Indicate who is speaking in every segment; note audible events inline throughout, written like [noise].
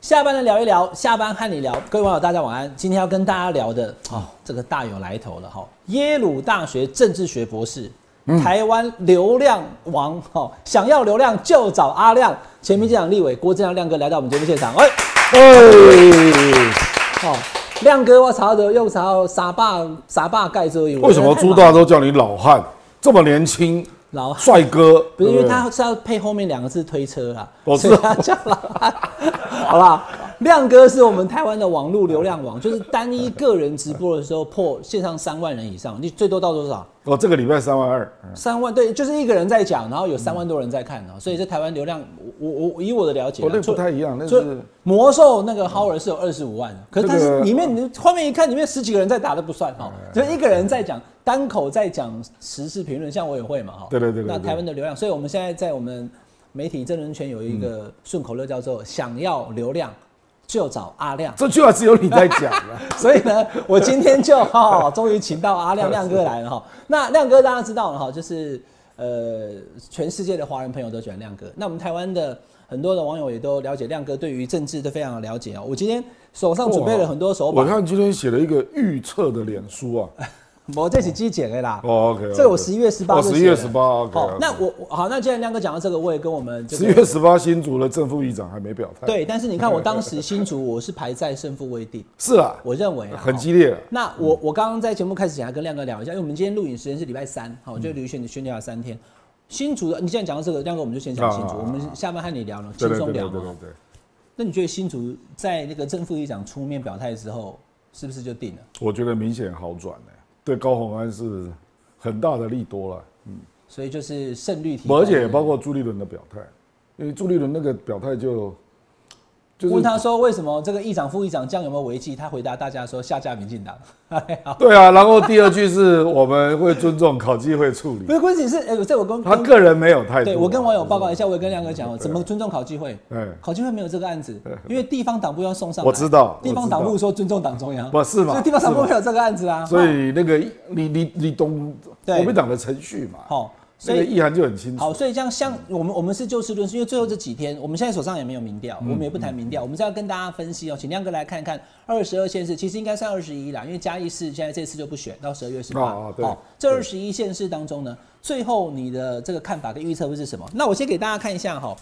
Speaker 1: 下班了聊一聊，下班和你聊。各位网友，大家晚安。今天要跟大家聊的哦，这个大有来头了哈、耶鲁大学政治学博士，
Speaker 2: 嗯
Speaker 1: 台湾流量王哈、哦，想要流量就找阿亮。前民进党立委郭正亮亮哥来到我们节目现场，哎、
Speaker 2: 哎，
Speaker 1: 哦，亮哥，我查的用啥啥霸啥霸盖遮油？
Speaker 2: 为什么朱大都叫你老汉？这么年轻，
Speaker 1: 老汉？
Speaker 2: 帅哥，
Speaker 1: 不是因为
Speaker 2: 对对
Speaker 1: 他是要配后面两个字推车啦，
Speaker 2: 我知
Speaker 1: 所
Speaker 2: 道
Speaker 1: 以他叫老汉， [laughs] 好啦。亮哥是我们台湾的网络流量王，就是单一个人直播的时候破线上三万人以上，你最多到多少？
Speaker 2: 我哦这个礼拜三万二，
Speaker 1: 三万对，啊就是一个人在讲，然后有三万多人在看哦、所以这台湾流量，我我我以我的了解啦，
Speaker 2: 我哦那
Speaker 1: 就
Speaker 2: 不太一样，那嗯
Speaker 1: 就是魔兽那个 Howard 是有二十五万的，可是
Speaker 2: 这
Speaker 1: 但
Speaker 2: 个嗯
Speaker 1: 是里面你画面一看，里面十几个人在打都不算哈，就一个人在讲单口在讲时事评论，像我也会嘛哈。
Speaker 2: 对对对对
Speaker 1: 那
Speaker 2: 对
Speaker 1: 台湾的流量，所以我们现在在我们媒体政论圈有一
Speaker 2: 嗯
Speaker 1: 个顺口溜叫做“想要流量就找阿亮”。
Speaker 2: 这句话只有你在讲啊。
Speaker 1: [laughs] 所以呢，我今天就哈、哦，终于请到阿亮亮哥来了哈、那亮哥大家知道了哈、就是呃，全世界的华人朋友都喜欢亮哥。那我们台湾的很多的网友也都了解亮哥对于政治都非常的了解哦。我今天手上准备了很多手
Speaker 2: [laughs] 我
Speaker 1: 把，
Speaker 2: 看今天写了一个预测的脸书啊，
Speaker 1: 我这是机检的啦。
Speaker 2: 哦，OK，
Speaker 1: 这个我十一月十八，
Speaker 2: 哦11月18，OK，
Speaker 1: 好
Speaker 2: OK，
Speaker 1: 那我我好，那既然亮哥讲到这个，我也跟我们这
Speaker 2: 十
Speaker 1: 个
Speaker 2: 月十八，新竹的正副议长还没表态。，
Speaker 1: 对，但是你看我当时新竹我是排在胜负未定，
Speaker 2: 是啊，
Speaker 1: 我认为啦
Speaker 2: 很
Speaker 1: 哦
Speaker 2: 激烈啊。
Speaker 1: 那我我刚刚在节目开始前还跟亮哥聊一下，因为我们今天录影时间是礼拜三，好，
Speaker 2: 嗯
Speaker 1: 就旅行训练了三天。新竹的，你既然讲到这个，亮哥我们就先讲新竹，
Speaker 2: 啊
Speaker 1: 我们下班和你聊了，
Speaker 2: 对
Speaker 1: 轻
Speaker 2: 对对
Speaker 1: 松
Speaker 2: 对
Speaker 1: 聊
Speaker 2: 对对
Speaker 1: 嘛。
Speaker 2: 对。
Speaker 1: 那你觉得新竹在那个正副议长出面表态之后，是不是就定了？
Speaker 2: 我觉得明显好转呢、对高鸿安是很大的利多了，
Speaker 1: 所以就是胜率提高，
Speaker 2: 而且也包括朱立伦的表态，因为朱立伦那个表态就就是
Speaker 1: 问他说为什么这个议长、副议长这样有没有违纪？他回答大家说下架民进党。
Speaker 2: 对啊，然后第二句是我们会尊重考纪会处
Speaker 1: 不
Speaker 2: 理，
Speaker 1: 是，关键是哎，这我跟
Speaker 2: 他
Speaker 1: 跟
Speaker 2: 个人没有态度啊。
Speaker 1: 对我跟网友报告一下，我也跟亮哥讲，哦怎么尊重考纪会？
Speaker 2: 对
Speaker 1: 考纪会没有这个案子，因为地方党部要送上来。
Speaker 2: 嗯我知道
Speaker 1: 地方党部说尊重党中央，
Speaker 2: 不是嘛
Speaker 1: 所以地方党部
Speaker 2: 是嘛
Speaker 1: 没有这个案子啊。
Speaker 2: 所以那个你你你懂
Speaker 1: 对
Speaker 2: 国民党的程序嘛？
Speaker 1: 好，所
Speaker 2: 那个
Speaker 1: 以
Speaker 2: 意涵就很清
Speaker 1: 好，
Speaker 2: 楚。
Speaker 1: 所以这样像我们我们是就事论事，因为最后这几天我们现在手上也没有民
Speaker 2: 嗯
Speaker 1: 调，我们也不谈民调，我们是要跟大家分析哦，请亮哥来看看二十二县市，其实应该算二十一啦，因为嘉义市现在这次就不选到十二月十八。
Speaker 2: 哦哦对
Speaker 1: 好，这二十一县市当中呢，最后你的这个看法跟预测会是什么？那我先给大家看一下哈，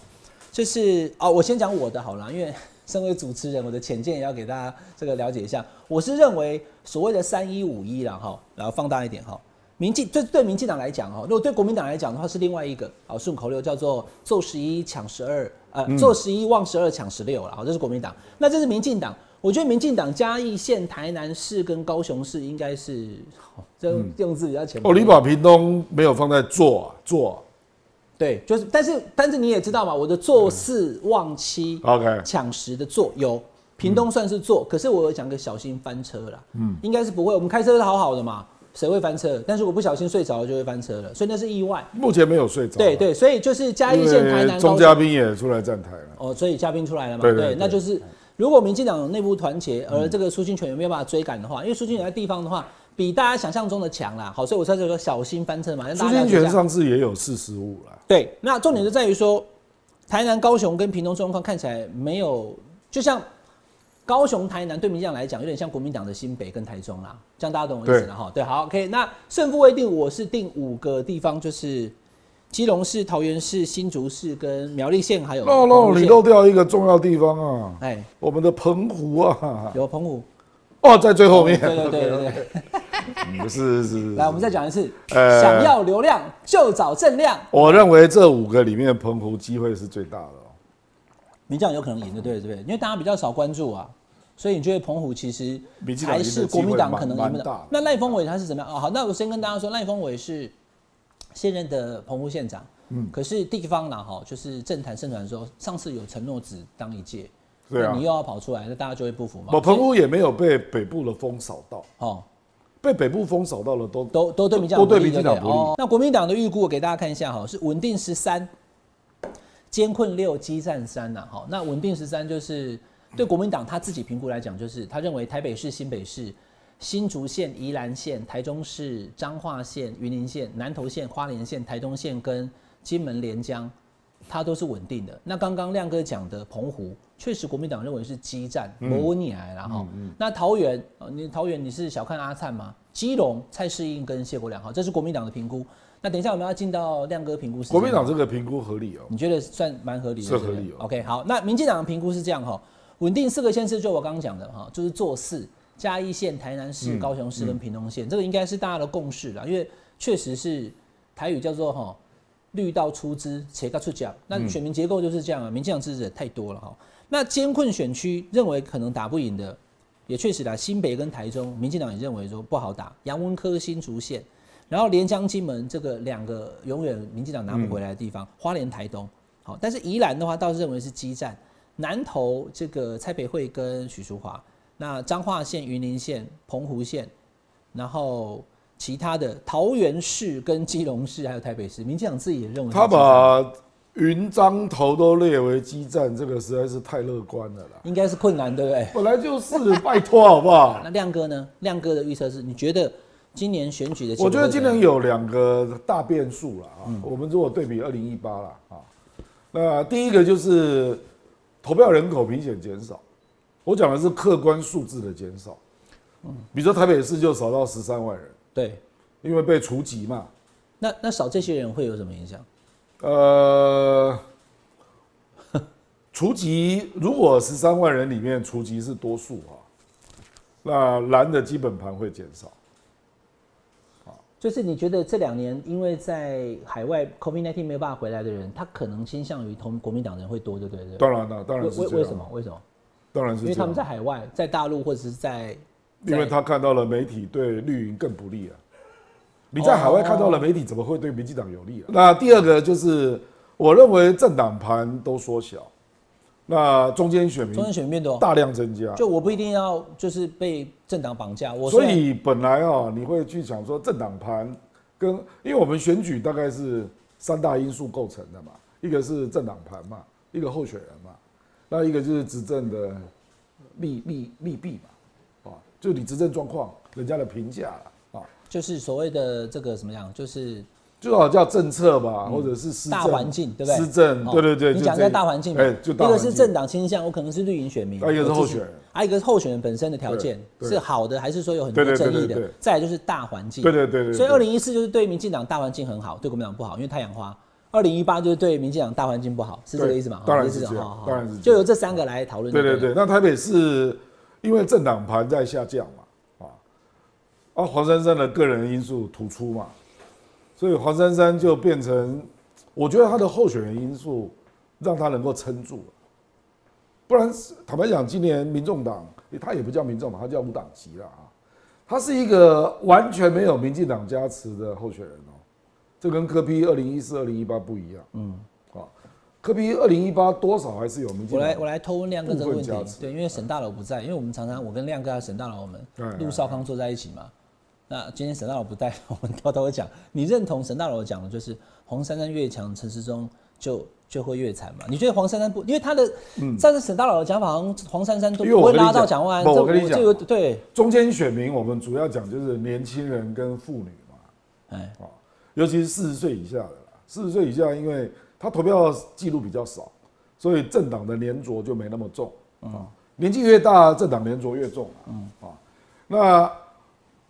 Speaker 1: 就是哦，我先讲我的好了，因为 [laughs] 身为主持人，我的浅见也要给大家这个了解一下。我是认为所谓的三一五一啦哈，然后放大一点哈。民进对对民进党来讲哈，如果对国民党来讲的话是另外一个啊顺口溜叫做“揍十一抢十二”，呃，揍十一忘十二抢十六了，好，这是国民党。那这是民进党，我觉得民进党嘉义县、台南市跟高雄市应该是，哦这用用字比较前面。
Speaker 2: 哦，你把屏东没有放在做啊做
Speaker 1: 对，就是，但是但是你也知道嘛，我的做四忘七，
Speaker 2: 啊，OK，
Speaker 1: 抢食的做有，屏东算是
Speaker 2: 嗯
Speaker 1: 做，可是我有讲个小心翻车啦，嗯，应该是不会，我们开车是好好的嘛，谁会翻车？但是我不小心睡着了就会翻车了，所以那是意外。
Speaker 2: 目前没有睡着。啊
Speaker 1: 对，对，所以就是嘉义县、台
Speaker 2: 因为
Speaker 1: 南、
Speaker 2: 钟
Speaker 1: 高
Speaker 2: 嘉
Speaker 1: 雄，
Speaker 2: 宾也出来站台了。
Speaker 1: 哦，所以嘉宾出来了嘛，
Speaker 2: 对对对
Speaker 1: 那就是如果民进党内部团结，而这个苏清泉有没有办法追赶的话，因为苏清泉在地方的话比大家想象中的强啦，好，所以我才说小心翻车嘛，让大
Speaker 2: 朱
Speaker 1: 家了
Speaker 2: 清
Speaker 1: 解一
Speaker 2: 泉
Speaker 1: 下
Speaker 2: 上次也有四十五了，
Speaker 1: 对，那重点就在于说，台南、高雄跟屏东状况看起来没有，就像高雄、台南对民进党来讲，有点像国民党的新北跟台中啦，这样大家懂我意思了哈？对，好，OK，那胜负未定，我是定五个地方，就是基隆市、桃园市、新竹市跟苗栗县，还有
Speaker 2: 漏
Speaker 1: 澎
Speaker 2: 漏
Speaker 1: 湖县
Speaker 2: 你漏掉一个重要地方啊，
Speaker 1: 哎，
Speaker 2: 我们的澎湖啊， [laughs]
Speaker 1: 有澎湖，
Speaker 2: 哦，在最后面，
Speaker 1: 对对对
Speaker 2: [laughs]
Speaker 1: 对对，
Speaker 2: 嗯是是是，
Speaker 1: 来，我们再讲一次，
Speaker 2: 呃
Speaker 1: 想要流量就找正量，
Speaker 2: 我认为这五个里面，澎湖机会是最大的、哦。
Speaker 1: 民进党有可能赢的，对不对？因为大家比较少关注啊，所以你觉得澎湖其实
Speaker 2: 民进党
Speaker 1: 还
Speaker 2: 赢的
Speaker 1: 是国民党
Speaker 2: 机会
Speaker 1: 可能
Speaker 2: 蛮
Speaker 1: 赢不
Speaker 2: 蛮大
Speaker 1: 了
Speaker 2: 的。
Speaker 1: 那赖峰伟他是怎么样？哦，好，那我先跟大家说，赖峰伟是现任的澎湖县长，嗯，可是地方啦哈，就是政坛盛传说，上次有承诺只当一届，
Speaker 2: 对
Speaker 1: 那
Speaker 2: 啊
Speaker 1: 你，又要跑出来，那大家就会不服嘛。
Speaker 2: 我澎湖也没有被北部的风扫到，
Speaker 1: 哦，
Speaker 2: 被北部风扫到了都
Speaker 1: 都都对民进党
Speaker 2: 都对
Speaker 1: 不利
Speaker 2: 民进党
Speaker 1: 对
Speaker 2: 不
Speaker 1: 对
Speaker 2: 利
Speaker 1: 哦那国民党的预估我给大家看一下哈，是稳定十三，艰困六，激战三呐。哈，那稳定十三就是对国民党他自己评估来讲，就是他认为台北市、新北市、新竹县、宜兰县、台中市、彰化县、云林县、南投县、花莲县、台东县跟金门连江它都是稳定的。那刚刚亮哥讲的澎湖，确实国民党认为是激战，摩尼来了哈。那桃园，呃你桃园你是小看阿灿吗？基隆蔡世英跟谢国良，好，这是国民党的评估。那等一下我们要进到亮哥评估时间
Speaker 2: 国民党这个评估合理哦、
Speaker 1: 你觉得算蛮合理的，
Speaker 2: 是
Speaker 1: 不
Speaker 2: 合理哦
Speaker 1: OK，好，那民进党的评估是这样哈、稳定四个县市，就我刚刚讲的哈、就是做四嘉义县、台南
Speaker 2: 嗯
Speaker 1: 市、高雄市跟屏东县，这个应该是大家的共识啦，因为确实是台语叫做哈、绿到出资，且到出奖。那
Speaker 2: 嗯
Speaker 1: 选民结构就是这样啊，民进党支持者太多了哈、那艰困选区认为可能打不赢的，也确实啦，新北跟台中，民进党也认为说不好打，杨文科新竹县，然后连江金门这个两个永远民进党拿不回来的地方，花莲台东，好，但是宜兰的话倒是认为是激战，南投这个蔡培慧跟许淑华，那彰化县、云林县、澎湖县，然后。其他的桃园市、跟基隆市还有台北市，民进党自己也认为是
Speaker 2: 他
Speaker 1: 激战
Speaker 2: 把云章头都列为基站，这个实在是太乐观了啦。
Speaker 1: 应该是困难，对不对？
Speaker 2: 本来就是，拜托好不好？
Speaker 1: 那亮哥呢？亮哥的预测是，你觉得今年选举的结果
Speaker 2: 我
Speaker 1: 会
Speaker 2: 觉
Speaker 1: 怎样？
Speaker 2: 得今年有两个大变数了啊。
Speaker 1: 嗯
Speaker 2: 我们如果对比二零一八了啊，那第一个就是投票人口明显减少，我讲的是客观数字的减少。比如说台北市就少到十三万人，
Speaker 1: 对，
Speaker 2: 因为被除籍嘛。
Speaker 1: 那那少这些人会有什么影响？
Speaker 2: 呃， [laughs] 除籍如果十三万人里面除籍是多数啊，那蓝的基本盘会减少。
Speaker 1: 就是你觉得这两年因为在海外 COVID-19 没有办法回来的人，他可能倾向于同国民党人会多，对不对？对
Speaker 2: 当然了，当然
Speaker 1: 为
Speaker 2: 是这
Speaker 1: 为
Speaker 2: 样。
Speaker 1: 为什么？？为什么？
Speaker 2: 当然是
Speaker 1: 因
Speaker 2: 这
Speaker 1: 为
Speaker 2: 样。
Speaker 1: 他们在海外，在大陆或者是在
Speaker 2: 因为他看到了媒体对绿营更不利啊。
Speaker 1: 哦
Speaker 2: 你在海外看到了媒体，怎么会对民进党有利啊？那第二个就是，我认为政党盘都缩小，那中间选民
Speaker 1: 中间选民变多，
Speaker 2: 嗯大量增加，
Speaker 1: 就我不一定要就是被政党绑架，我
Speaker 2: 所
Speaker 1: 虽然
Speaker 2: 以本来啊、你会去想说政党盘跟，因为我们选举大概是三大因素构成的嘛，一个是政党盘嘛，一个候选人嘛，那一个就是执政的利利利弊嘛，啊，就你执政状况，人家的评价啦啊。
Speaker 1: 就是所谓的这个怎么样，就是
Speaker 2: 最好叫政策吧，或者是施
Speaker 1: 嗯
Speaker 2: 政
Speaker 1: 大环境，对不对？
Speaker 2: 施政，
Speaker 1: 哦
Speaker 2: 对对对，
Speaker 1: 你
Speaker 2: 就
Speaker 1: 讲
Speaker 2: 这
Speaker 1: 在大环境嘛，
Speaker 2: 哎，就
Speaker 1: 一
Speaker 2: 大环
Speaker 1: 个
Speaker 2: 境
Speaker 1: 是政党倾向，我可能是绿营选民，
Speaker 2: 啊一个
Speaker 1: 我
Speaker 2: 是
Speaker 1: 支持
Speaker 2: 候选人
Speaker 1: 啊，一个是候选人本身的条件
Speaker 2: 对对
Speaker 1: 是好的，还是说有很多
Speaker 2: 对对对
Speaker 1: 争议
Speaker 2: 对
Speaker 1: 的
Speaker 2: 对？
Speaker 1: 再来就是大环境，
Speaker 2: 对对对对，
Speaker 1: 所以
Speaker 2: 对
Speaker 1: 二零一四就是对民进党大环境很好，对国民党不好，因为太阳花。二零一八就是对民进党大环境不好，是这个
Speaker 2: 对
Speaker 1: 意思吗？
Speaker 2: 当然
Speaker 1: 哦类似
Speaker 2: 是
Speaker 1: 的
Speaker 2: 这样
Speaker 1: 哦好
Speaker 2: 当然是这样
Speaker 1: 就由这三个来讨论。
Speaker 2: 对对
Speaker 1: 不
Speaker 2: 对，那台北市因为政党盘在下降嘛，啊啊，黄珊珊的个人因素突出嘛，所以黄珊珊就变成，我觉得她的候选人因素让她能够撑住了，不然坦白讲，今年民众党他也不叫民众党，他叫无党籍了啊，他是一个完全没有民进党加持的候选人哦，这跟柯 P 二零一四、二零一八不一样，嗯，啊，柯 P 二零一八多少还是有民进
Speaker 1: 我
Speaker 2: 党
Speaker 1: 来我来偷问亮哥这个问题
Speaker 2: 部分价，值
Speaker 1: 对，因为沈大佬不在，因为我们常常我跟亮哥还有啊沈大佬我们
Speaker 2: 嗯嗯
Speaker 1: 陆少康坐在一起嘛。那今天沈大佬不在， [laughs] 我们偷偷讲，你认同沈大佬讲的就是黄珊珊越强，陈时中就就会越惨嘛？你觉得黄珊珊不？因为他的，但是沈大佬的讲法，好像黄珊珊都
Speaker 2: 嗯因为
Speaker 1: 不
Speaker 2: 我
Speaker 1: 会
Speaker 2: 跟你
Speaker 1: 拉到
Speaker 2: 讲
Speaker 1: 蒋万安，
Speaker 2: 不
Speaker 1: 这
Speaker 2: 我跟你讲
Speaker 1: 这有对，
Speaker 2: 中间选民，我们主要讲就是年轻人跟妇女嘛，哦
Speaker 1: 哎，
Speaker 2: 尤其是四十岁以下的啦。四十岁以下，因为他投票记录比较少，所以政党的粘着就没那么重。嗯，年纪越大，政党粘着越重啊。嗯啊，那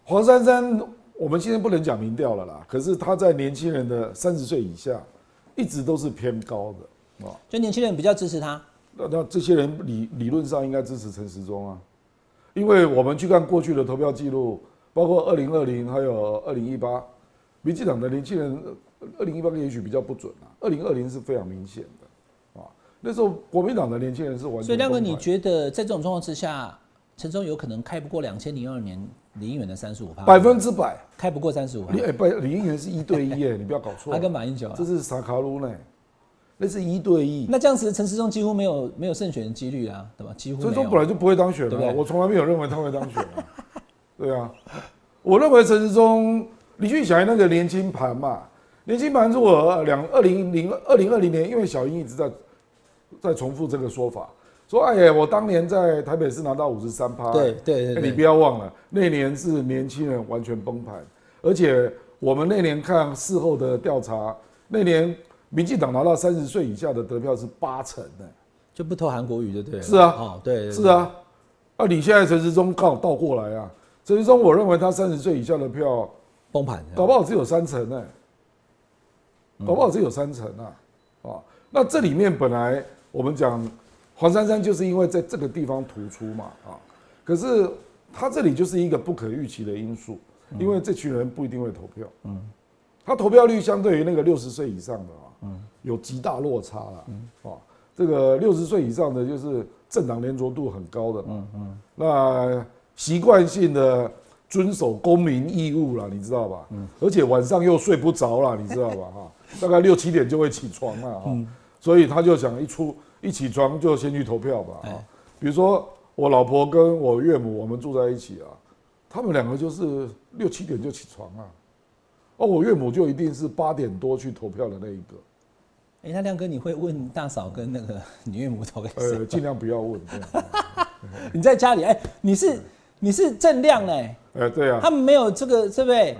Speaker 2: 黄珊珊，我们现在不能讲民调了啦，可是她在年轻人的三十岁以下，一直都是偏高的啊。
Speaker 1: 就年轻人比较支持他，
Speaker 2: 那那这些人理理论上应该支持陈时中啊，因为我们去看过去的投票记录，包括二零二零还有二零一八，民进党的年轻人，二零一八也许比较不准啊，二零二零是非常明显的啊。那时候国民党的年轻人是完全
Speaker 1: 所以亮哥，
Speaker 2: 崩盘
Speaker 1: 你觉得在这种状况之下，陈中有可能开不过两千零二年林应元的三十五趴，
Speaker 2: 百分之百，
Speaker 1: 开不过三十五趴
Speaker 2: 你，哎不，李应元是一对一哎，你不要搞
Speaker 1: [laughs]
Speaker 2: 错
Speaker 1: 他，跟马英九啊
Speaker 2: 这是萨卡鲁呢，那是一对一，
Speaker 1: 那这样子，陈时中几乎没有没有胜选的几率啊，对吧？几乎
Speaker 2: 陈
Speaker 1: 没
Speaker 2: 忠本
Speaker 1: 有。
Speaker 2: 来就不会当选
Speaker 1: 对
Speaker 2: 的、
Speaker 1: 不对
Speaker 2: 我从来没有认为他会当选、啊。 [laughs] 对啊，我认为陈时中、李俊祥那个年轻盘嘛，年轻盘如果呃两二零零二零二零年，因为小英一直在在重复这个说法，说哎呀，我当年在台北市拿到五十三趴，
Speaker 1: 对对
Speaker 2: 哎
Speaker 1: 对
Speaker 2: 你不
Speaker 1: 对，
Speaker 2: 要忘了，那年是年轻人完全崩盘，而且我们那年看事后的调查，那年民进党拿到三十岁以下的得票是八成呢、
Speaker 1: 就不投韩国语就对了。
Speaker 2: 是啊
Speaker 1: 哦，对，对
Speaker 2: 是，啊，啊，你现在陈时中刚好倒过来啊，陈时中我认为他三十岁以下的票，
Speaker 1: 对崩盘。
Speaker 2: 搞不好只有三成呢、搞不好只有三成啊，啊，那这里面本来我们讲黄珊珊就是因为在这个地方突出嘛，啊，可是他这里就是一个不可预期的因素，因为这群人不一定会投票，嗯，他投票率相对于那个六十岁以上的啊，有极大落差了，啊，这个六十岁以上的就是政党粘着度很高的嘛，那习惯性的遵守公民义务啦，你知道吧？而且晚上又睡不着啦，你知道吧？哈，大概六七点就会起床了哈，所以他就想一出一起床就先去投票吧啊
Speaker 1: 哎。
Speaker 2: 比如说我老婆跟我岳母，我们住在一起啊，他们两个就是六七点就起床啊。哦，我岳母就一定是八点多去投票的那一个，
Speaker 1: 哎、那亮哥，你会问大嫂跟那个 [laughs] 女岳母投给谁？
Speaker 2: 呃，尽量不要问。这样
Speaker 1: 你在家里，哎、你
Speaker 2: 嗯
Speaker 1: 是你是正亮嘞、
Speaker 2: 哎，对啊，
Speaker 1: 他们没有这个，对不对？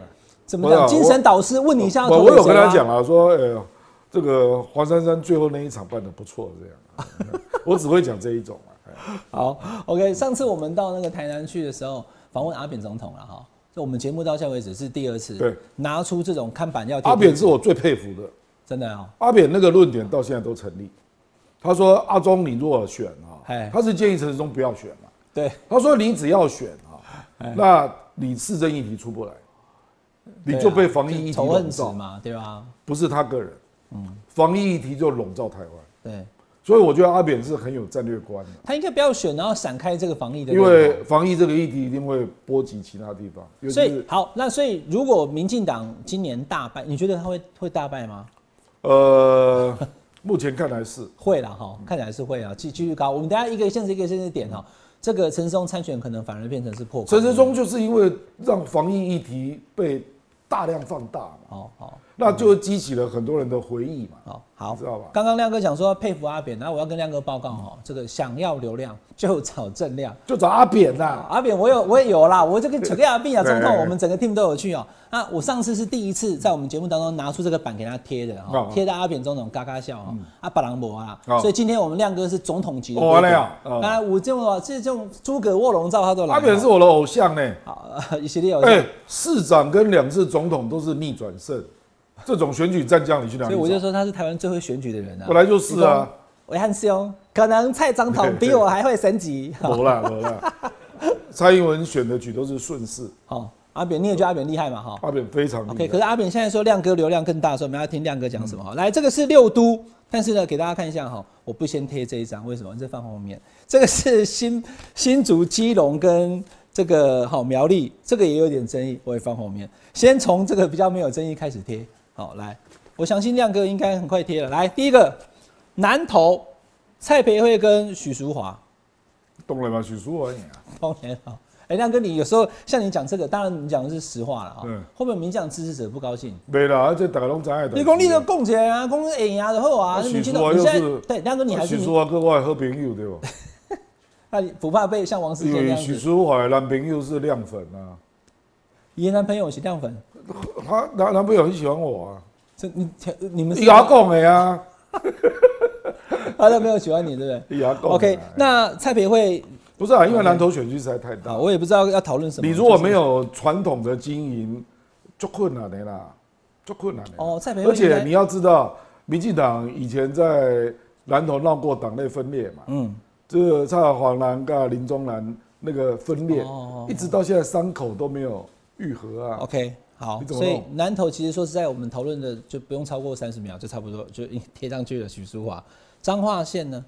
Speaker 1: 怎么
Speaker 2: 不是啊
Speaker 1: 讲？
Speaker 2: 我
Speaker 1: 精神导师问你一下要
Speaker 2: 我
Speaker 1: 投
Speaker 2: 我
Speaker 1: 给
Speaker 2: 有
Speaker 1: 谁
Speaker 2: 跟
Speaker 1: 啊
Speaker 2: 他讲啊，说，呃、这个黄珊珊最后那一场办的不错，这样，我只会讲这一种啊。哎
Speaker 1: 好，OK。上次我们到那个台南去的时候，访问阿扁总统了哈。就我们节目到现在为止是第二次，
Speaker 2: 对，
Speaker 1: 拿出这种看板要贴
Speaker 2: 阿扁
Speaker 1: 地
Speaker 2: 是我最佩服的，
Speaker 1: 真的哦，
Speaker 2: 阿扁那个论点到现在都成立。他说：“阿中，你如果选啊
Speaker 1: 哎，
Speaker 2: 他是建议陈时中不要选嘛。
Speaker 1: 对，
Speaker 2: 他说你只要选啊，那你市政议题出不来，你就被防疫议题
Speaker 1: 啊仇恨
Speaker 2: 笼
Speaker 1: 值
Speaker 2: 罩。
Speaker 1: 嘛，嗯对吧？
Speaker 2: 不是他个人，防疫议题就笼罩台湾。
Speaker 1: 对
Speaker 2: 所以我觉得阿扁是很有战略观的。”
Speaker 1: 他应该不要选，然后闪开这个防疫的
Speaker 2: 因
Speaker 1: 热潮，
Speaker 2: 为防疫这个议题一定会波及其他地方，尤
Speaker 1: 所
Speaker 2: 其
Speaker 1: 以
Speaker 2: 是
Speaker 1: 好，那所以如果民进党今年大败，你觉得他会会大败吗？
Speaker 2: 呃， [laughs] 目前看来是
Speaker 1: 会了哈，看起来是会啊，继继续高。我们等一下一个限制一个限制点哈，这个陈时中参选可能反而变成是破口。
Speaker 2: 陈时中就是因为让防疫议题被大量放大嘛，
Speaker 1: 好好
Speaker 2: 那就激起了很多人的回忆嘛。
Speaker 1: 好好，
Speaker 2: 你知道吧
Speaker 1: 刚刚亮哥讲说佩服阿扁，然后我要跟亮哥报告哈，这个想要流量就找正亮。
Speaker 2: 就找阿扁啊呐、
Speaker 1: 阿扁，我有我也有啦，我这个扯给阿扁啊，总
Speaker 2: 对
Speaker 1: 统，我们整个 team 都有去哦、那我上次是第一次在我们节目当中拿出这个板给他贴的哈、
Speaker 2: 哦嗯
Speaker 1: 贴在阿扁总统嘎嘎笑哈、阿巴朗博啊，
Speaker 2: 哦
Speaker 1: 所以今天我们亮哥是总统级的
Speaker 2: 哦
Speaker 1: 规格。
Speaker 2: 那样哦
Speaker 1: 那我这种这种诸葛卧龙照他都来。啊
Speaker 2: 阿扁是我的偶像呢、
Speaker 1: 好，呃一系列有，
Speaker 2: 哎、市长跟两次总统都是逆转胜，这种选举战将你去哪
Speaker 1: 所
Speaker 2: 里
Speaker 1: 以
Speaker 2: 找？
Speaker 1: 我就说他是台湾最会选举的人啊。
Speaker 2: 本来就是啊，
Speaker 1: 我汉兄，可能蔡总统比我还会升级。
Speaker 2: [laughs] 没啦没
Speaker 1: [laughs]
Speaker 2: 啦，蔡英文选的举都是顺势，
Speaker 1: 好，阿扁你也觉得阿扁厉害嘛哈？
Speaker 2: 阿扁非常厉害。
Speaker 1: OK，可是阿扁现在说亮哥流量更大，所以我们要听亮哥讲什么哈。来，这个是六都，但是呢，给大家看一下哈，我不先贴这一张，为什么？这放后面。这个是新 [laughs] 新竹、基隆跟这个好苗栗，这个也有点争议，我也放后面。先从这个比较没有争议开始贴。好，来，我相信亮哥应该很快贴了。来，第一个南投蔡培慧跟许淑华，
Speaker 2: 懂了吗？许淑华你啊。
Speaker 1: 当然好。哎、亮哥，你有时候像你讲这个，当然你讲的是实话了啊、
Speaker 2: 嗯
Speaker 1: 会不会民进党支持者不高兴？
Speaker 2: 没啦，而且大家拢知影。
Speaker 1: 你讲你的供起来啊，讲哎呀的后啊，
Speaker 2: 啊
Speaker 1: 民进
Speaker 2: 许淑华
Speaker 1: 党你现
Speaker 2: 又
Speaker 1: 在
Speaker 2: 是哦
Speaker 1: 对亮哥你还是
Speaker 2: 许
Speaker 1: 民
Speaker 2: 淑华啊跟我的好朋友
Speaker 1: [laughs]
Speaker 2: 对吧？
Speaker 1: 那你不怕被像王世
Speaker 2: 因
Speaker 1: 坚那
Speaker 2: 为
Speaker 1: 样
Speaker 2: 许
Speaker 1: 子？
Speaker 2: 淑华的男朋友是亮粉啊，
Speaker 1: 你的男朋友是亮粉，
Speaker 2: 她男男朋友很喜欢我啊，
Speaker 1: 这你你们是
Speaker 2: 伊牙讲的啊，
Speaker 1: 他都没有喜欢你，对不对
Speaker 2: 伊牙讲的啊。
Speaker 1: ？OK，那蔡培慧
Speaker 2: 不是啊，因为南投选区实在太
Speaker 1: 啊，
Speaker 2: 大，
Speaker 1: 我也不知道要讨论什么。
Speaker 2: 你如果没
Speaker 1: 有
Speaker 2: 有传统的经营，就困难的啦，就困难的。
Speaker 1: 哦蔡培慧
Speaker 2: 而
Speaker 1: 应该
Speaker 2: 且你要知道，民进党以前在南投闹过党内分裂嘛，
Speaker 1: 嗯，
Speaker 2: 这个蔡黄南跟林宗南那个分裂
Speaker 1: 哦，
Speaker 2: 一直到现在伤口都没有愈合啊。
Speaker 1: OK，好，
Speaker 2: 你怎么
Speaker 1: 所以
Speaker 2: 弄
Speaker 1: 南投其实说实在，我们讨论的就不用超过三十秒，就差不多就贴上去了。许淑华，彰化县呢？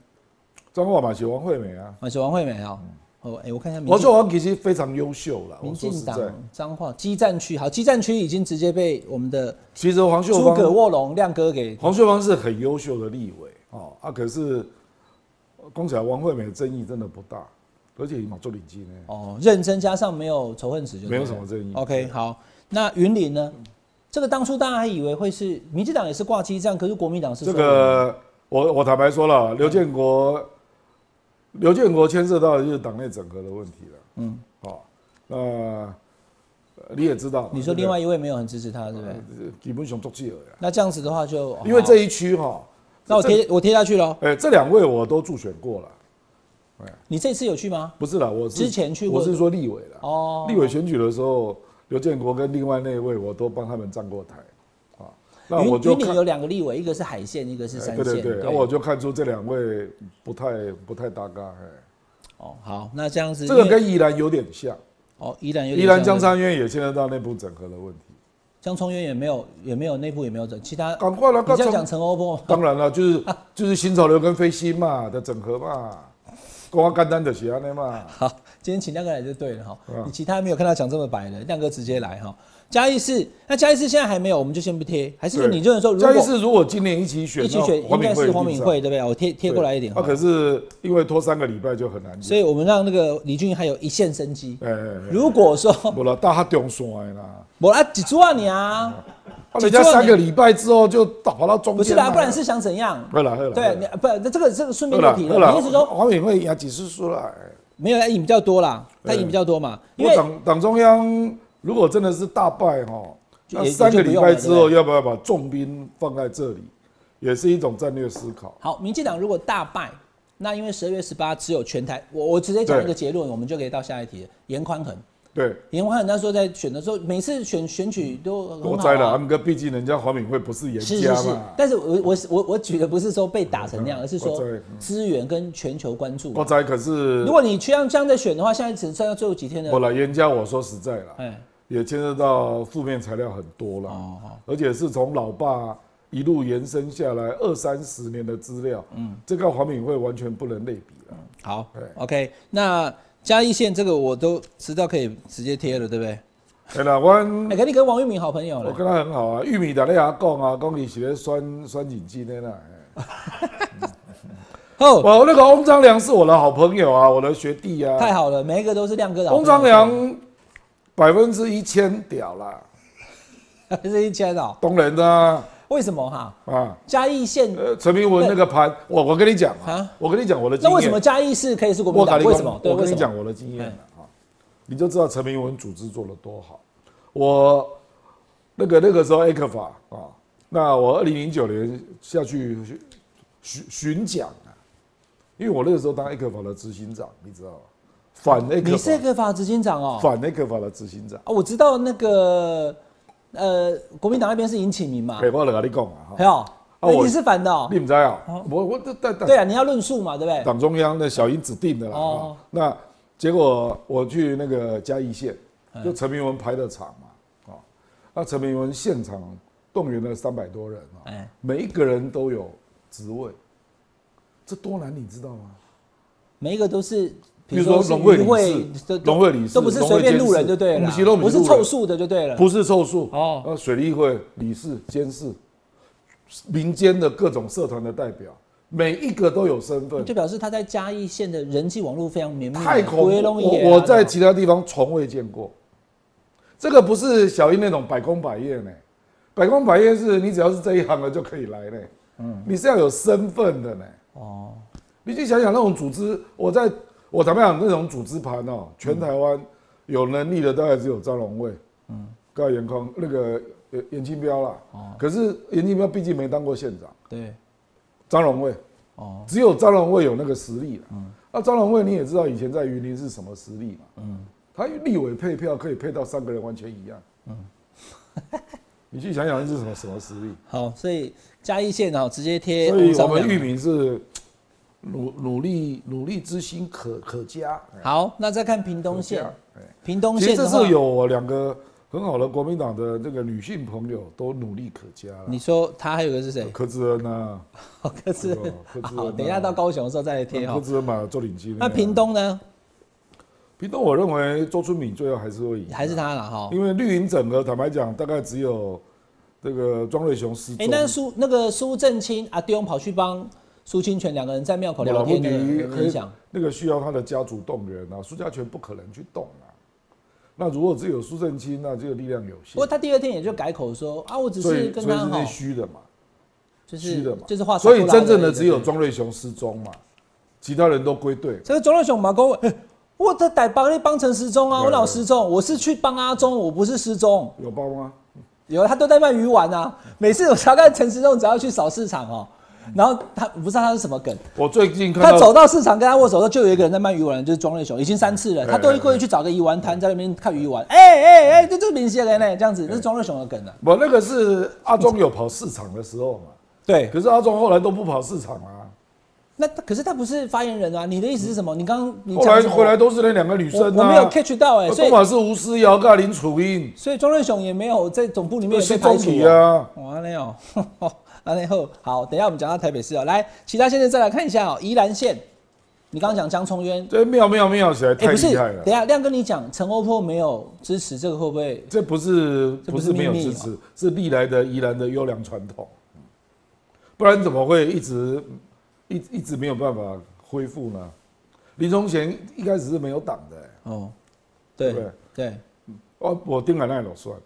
Speaker 2: 彰化嘛，喜欢惠美啊，
Speaker 1: 啊，小王惠美啊，哦，哎、我看一下民
Speaker 2: 黄
Speaker 1: 进
Speaker 2: 秀华其实非常优秀了。
Speaker 1: 民
Speaker 2: 我说实
Speaker 1: 进
Speaker 2: 在
Speaker 1: 党，彰化基站区，好，基站区已经直接被我们的
Speaker 2: 其实黄秀
Speaker 1: 诸葛
Speaker 2: 芳，
Speaker 1: 卧龙亮哥给
Speaker 2: 黄秀芳是很优秀的立委哦啊，可是讲起来王惠美的争议真的不大，而且马做领基呢，
Speaker 1: 哦，认真加上没有仇恨值就对了
Speaker 2: 没有什么争议
Speaker 1: OK，好，那云林呢？这个当初大家还以为会是民进党也是挂基站，可是国民党是
Speaker 2: 这
Speaker 1: 说我们
Speaker 2: 个我我坦白说了，刘建国，刘哦建国牵涉到的就是党内整合的问题了。嗯，好、那呃你也知道嘛，
Speaker 1: 你说
Speaker 2: 对不对
Speaker 1: 另外一位没有很支持他，对不对？
Speaker 2: 呃基本上做记了呀，
Speaker 1: 那这样子的话就
Speaker 2: 因为
Speaker 1: 好
Speaker 2: 这一区哈，
Speaker 1: 哦那我贴我贴下去喽。
Speaker 2: 哎、这两位我都助选过了，
Speaker 1: 你这次有去吗？
Speaker 2: 不是啦，我是
Speaker 1: 之前去过
Speaker 2: 我是说立委啦，
Speaker 1: 哦，
Speaker 2: 立委选举的时候，刘建国跟另外那一位我都帮他们站过台，啊，那
Speaker 1: 云
Speaker 2: 我就
Speaker 1: 云
Speaker 2: 看
Speaker 1: 林有两个立委，一个是海线，一个是山
Speaker 2: 哎
Speaker 1: 线。
Speaker 2: 对对对，
Speaker 1: 哦
Speaker 2: 那我就看出这两位不太不太搭嘎，哎，
Speaker 1: 哦好，那这样子
Speaker 2: 这个
Speaker 1: 因为
Speaker 2: 跟宜兰有点像，
Speaker 1: 哦依然有
Speaker 2: 宜
Speaker 1: 点
Speaker 2: 兰
Speaker 1: 像
Speaker 2: 江山院也牵涉到内部整合的问题，
Speaker 1: 江聪渊也没有也没有内部也没有整，其他
Speaker 2: 赶快了，
Speaker 1: 你这样
Speaker 2: 赶
Speaker 1: 讲陈欧波吗
Speaker 2: 当然了，就是就是新潮流跟飞新嘛的整合嘛，光干单的其他的嘛，
Speaker 1: [laughs] 好，今天请亮哥来就对了哈。
Speaker 2: 嗯
Speaker 1: 你其他没有看到讲这么白的，亮哥直接来哈。嘉义市，那嘉义市现在还没有，我们就先不贴，还是说
Speaker 2: 对
Speaker 1: 你认说如
Speaker 2: 嘉义
Speaker 1: 果
Speaker 2: 市如果今年一起选，
Speaker 1: 一起选，
Speaker 2: 那
Speaker 1: 应该是
Speaker 2: 一定
Speaker 1: 黄敏
Speaker 2: 上
Speaker 1: 惠对不对？我贴贴过来一点
Speaker 2: 那、
Speaker 1: 哈
Speaker 2: 啊、。可是因为拖三个礼拜就很难
Speaker 1: 所
Speaker 2: 选。
Speaker 1: 以我们让那个李俊还有一线生机。
Speaker 2: 哎哎，哎
Speaker 1: 如果说
Speaker 2: 不了，大家中山的啦。
Speaker 1: 我啊几万你啊，
Speaker 2: 啊
Speaker 1: 几
Speaker 2: 人
Speaker 1: 座
Speaker 2: 家
Speaker 1: 呢
Speaker 2: 三个礼拜之后就打跑到中间
Speaker 1: 不是啦，不然是想怎样？
Speaker 2: 会了会了。
Speaker 1: 对，你不，这个这个顺便
Speaker 2: 了
Speaker 1: 就
Speaker 2: 会
Speaker 1: 提
Speaker 2: 了
Speaker 1: 了，。你意思说
Speaker 2: 黄敏惠赢几十输了？哎
Speaker 1: 没有他赢比较多啦，他
Speaker 2: 对
Speaker 1: 赢比较多嘛，因
Speaker 2: 我
Speaker 1: 为
Speaker 2: 党党中央如果真的是大败哈，
Speaker 1: 就
Speaker 2: 那
Speaker 1: 也
Speaker 2: 三个礼拜之后
Speaker 1: 也就不用了对不
Speaker 2: 要不要把重兵放在这里，也是一种战略思考。
Speaker 1: 好，民进党如果大败，那因为十二月十八只有全台，我我直接讲
Speaker 2: 对
Speaker 1: 一个结论，我们就可以到下一题了。严宽恒，
Speaker 2: 对，
Speaker 1: 严宽恒那时候在选的时候，每次选选举都很
Speaker 2: 我
Speaker 1: 好
Speaker 2: 猜了，他
Speaker 1: 啊。
Speaker 2: 们哥毕竟人家黄敏惠不是
Speaker 1: 是
Speaker 2: 严
Speaker 1: 是
Speaker 2: 家
Speaker 1: 是
Speaker 2: 嘛，，嗯
Speaker 1: 但是我我我我举的不是说被打成那样，而是
Speaker 2: 我
Speaker 1: 说
Speaker 2: 知
Speaker 1: 资源跟全球关注。
Speaker 2: 我猜可是
Speaker 1: 如果你这样这样在选的话，现在只剩下最后几天
Speaker 2: 不
Speaker 1: 了。
Speaker 2: 了，严家我说实在了，
Speaker 1: 哎，
Speaker 2: 也牵涉到负面材料很多了，
Speaker 1: 哦，好
Speaker 2: 而且是从老爸一路延伸下来二三十年的资料，嗯，这个黄敏惠完全不能类比了。
Speaker 1: 好
Speaker 2: 对
Speaker 1: ，OK，那嘉义县这个我都知道可以直接贴了，对不对？
Speaker 2: 哎，那我
Speaker 1: 哎，可你跟王玉明好朋友
Speaker 2: 我
Speaker 1: 了，
Speaker 2: 跟他很好啊，玉米打咧阿讲啊，讲伊是咧酸酸碱剂的啦。哎
Speaker 1: 哦，
Speaker 2: 我那个翁章良是我的好朋友啊，我的学弟啊。
Speaker 1: 太好了，每一个都是亮哥的好
Speaker 2: 翁
Speaker 1: 朋友。[laughs]
Speaker 2: 章良百分之一千屌啦，
Speaker 1: 这一千哦，
Speaker 2: 当然啦
Speaker 1: 为什么哈？
Speaker 2: 啊。
Speaker 1: 嘉义县
Speaker 2: 呃，陈明文那个盘，我我跟你讲啊
Speaker 1: 啊，
Speaker 2: 我跟你讲我的经
Speaker 1: 那
Speaker 2: 验。
Speaker 1: 为什么嘉义市可以是国民
Speaker 2: 我
Speaker 1: 党？
Speaker 2: 跟你
Speaker 1: 为什么？嗯
Speaker 2: 讲，
Speaker 1: 对，
Speaker 2: 我
Speaker 1: 为
Speaker 2: 跟
Speaker 1: 什么？
Speaker 2: 你讲我的经验了啊，你就知道陈明文组织做的多好。我那个那个时候 A 克法啊，那我二零零九年下去巡巡讲啊，因为我那个时候当 A 克法的执行长，你知道吗？反 A 克
Speaker 1: 你是
Speaker 2: 法，
Speaker 1: 个法执行长哦。
Speaker 2: 反 A 克法的执行长。
Speaker 1: 啊，我知道那个呃，国民党那边是尹启明嘛
Speaker 2: 哎，，我来跟你讲啊，
Speaker 1: 还有，那
Speaker 2: 我
Speaker 1: 你是反的哦
Speaker 2: 你。不知道啊？我我这这
Speaker 1: 对啊，你要论述嘛，对不对？
Speaker 2: [laughs] 党中央的小英指定的啦。
Speaker 1: 哦
Speaker 2: 啊那结果我去那个嘉义县，就陈明文排的场嘛，啊，那陈明文现场动员了三百多人啊，
Speaker 1: 哎，
Speaker 2: 每一个人都有职位，这多难你知道吗？
Speaker 1: 每一个都是，
Speaker 2: 比如说
Speaker 1: 是
Speaker 2: 龙会
Speaker 1: 渔
Speaker 2: 理事
Speaker 1: 都
Speaker 2: 龙会理事
Speaker 1: 都不是随便路人就对了
Speaker 2: 龙会监事我
Speaker 1: 啦，
Speaker 2: 们
Speaker 1: 不
Speaker 2: 其实
Speaker 1: 是
Speaker 2: 都不
Speaker 1: 凑
Speaker 2: 是
Speaker 1: 数的就对了。
Speaker 2: 不是凑数
Speaker 1: 哦
Speaker 2: 哦，呃，水利会理事、监事，民间的各种社团的代表，每一个都有身份，
Speaker 1: 就表示他在嘉义县的人际网络非常绵密啊，
Speaker 2: 太恐怖！
Speaker 1: 龟龙爷啊
Speaker 2: 我我在其他地方从未见过，这个不是小英那种百工百业呢，百工百业是你只要是这一行的就可以来呢，嗯，你是要有身份的呢。
Speaker 1: 哦，
Speaker 2: 你去想想那种组织，我在我坦白讲那种组织盘哦，全台湾有能力的大概只有张荣卫，嗯，高严康那个严严清标啦，哦，可是严清标毕竟没当过县长，
Speaker 1: 对，
Speaker 2: 张荣卫。
Speaker 1: 哦，嗯
Speaker 2: 只有张荣惠有那个实力了。那张荣惠你也知道，以前在云林是什么实力嘛？
Speaker 1: 嗯
Speaker 2: 他立委配票可以配到三个人完全一样。
Speaker 1: 嗯
Speaker 2: [laughs] 你去想想是什么什么实
Speaker 1: [laughs]
Speaker 2: 力？
Speaker 1: 好，所以嘉义县哦，直接贴
Speaker 2: 所以
Speaker 1: 翁
Speaker 2: 我
Speaker 1: 章
Speaker 2: 们
Speaker 1: 良
Speaker 2: 玉民是努努力努力之心可可嘉。哎
Speaker 1: 好，那再看屏东
Speaker 2: 可嘉
Speaker 1: 县，
Speaker 2: 哎
Speaker 1: 屏东
Speaker 2: 其实
Speaker 1: 县
Speaker 2: 这
Speaker 1: 的话
Speaker 2: 次，有我两个很好的国民党的这个女性朋友都努力可嘉了
Speaker 1: 你。说他还有个是
Speaker 2: [laughs]
Speaker 1: 谁？
Speaker 2: 柯志恩啊，
Speaker 1: 好，柯志
Speaker 2: 对
Speaker 1: 恩
Speaker 2: 哦柯志恩
Speaker 1: 好，
Speaker 2: 啊
Speaker 1: 等一下到高雄的时候再来贴
Speaker 2: 柯
Speaker 1: 哈。
Speaker 2: 志恩嘛做领军。
Speaker 1: 哎那屏，东呢？
Speaker 2: 屏东我认为周春敏最后还是会赢，
Speaker 1: 还是他了哈。
Speaker 2: 因为绿营整合，坦白讲，大概只有这个庄瑞雄失踪。
Speaker 1: 哎，那苏那个苏正清阿丢跑去帮苏清泉两个人在庙口
Speaker 2: 好
Speaker 1: 聊
Speaker 2: 了
Speaker 1: 天
Speaker 2: 问
Speaker 1: 的
Speaker 2: 题
Speaker 1: 有影响，
Speaker 2: 那个需要他的家族动员啊，苏家全不可能去动啊。那如果只有苏正清，那这个力量有
Speaker 1: 不过
Speaker 2: 限，
Speaker 1: 他第二天也就改口说啊，我只
Speaker 2: 所
Speaker 1: 是
Speaker 2: 以
Speaker 1: 跟
Speaker 2: 所以
Speaker 1: 他
Speaker 2: 是
Speaker 1: 好
Speaker 2: 那，虚的嘛，
Speaker 1: 就
Speaker 2: 虚
Speaker 1: 是
Speaker 2: 的嘛，
Speaker 1: 就是话说
Speaker 2: 所
Speaker 1: 不
Speaker 2: 以
Speaker 1: 拉
Speaker 2: 真正
Speaker 1: 而
Speaker 2: 的
Speaker 1: 已
Speaker 2: 只有
Speaker 1: 对
Speaker 2: 庄瑞雄失踪嘛，其他人都归队。
Speaker 1: 这个钟乐雄马公，哎我的逮把你帮成失踪啊，
Speaker 2: 对
Speaker 1: 我老失踪，我是去帮阿忠，我不是失踪。
Speaker 2: 有包吗？
Speaker 1: 有他都在卖鱼丸啊，每次我查看陈失踪，只要去扫市场哦、然后他我不知道他是什么梗，
Speaker 2: 我最近看
Speaker 1: 他
Speaker 2: 到
Speaker 1: 走到市场跟他握手的时候，就有一个人在卖鱼丸，就是庄瑞雄，已经三次了，他都会故意去找个鱼丸摊在那边看鱼丸，哎哎哎，这就是明显的呢，这样子，那是庄瑞雄的梗啊。
Speaker 2: 我那个是阿忠有跑市场的时候嘛，
Speaker 1: 对，
Speaker 2: 可是阿忠后来都不跑市场啊，
Speaker 1: 那他可是他不是发言人啊，你的意思是什么？你刚刚你
Speaker 2: 后
Speaker 1: 讲
Speaker 2: 来
Speaker 1: 什么
Speaker 2: 回来都是那两个女
Speaker 1: 我
Speaker 2: 生
Speaker 1: 我没有
Speaker 2: 啊，
Speaker 1: catch 到哎、所
Speaker 2: 都
Speaker 1: 以
Speaker 2: 嘛是吴思瑶跟林楚英，
Speaker 1: 所以庄瑞雄也没有在总部里面
Speaker 2: 那
Speaker 1: 也被
Speaker 2: 是
Speaker 1: 排
Speaker 2: 中
Speaker 1: 除
Speaker 2: 体。啊，
Speaker 1: 哇，那哦，啊那后好，等一下我们讲到台北市哦、来，其他县市再来看一下哦、宜兰县，你刚刚讲江聪渊，
Speaker 2: 这妙妙妙起来
Speaker 1: 哎、
Speaker 2: 太
Speaker 1: 不是，
Speaker 2: 厉害
Speaker 1: 等一
Speaker 2: 了，
Speaker 1: 下亮哥你讲陈欧破没有支持这个会不会？
Speaker 2: 这不是
Speaker 1: 这不
Speaker 2: 不
Speaker 1: 是
Speaker 2: 是没有
Speaker 1: 秘密
Speaker 2: 支持，是历来的宜兰的优良传统，不然怎么会一直一一直没有办法恢复呢？林宗贤一开始是没有党的、欸，
Speaker 1: 哦，对
Speaker 2: 对不
Speaker 1: 对，
Speaker 2: 哦，我丁海奈老算，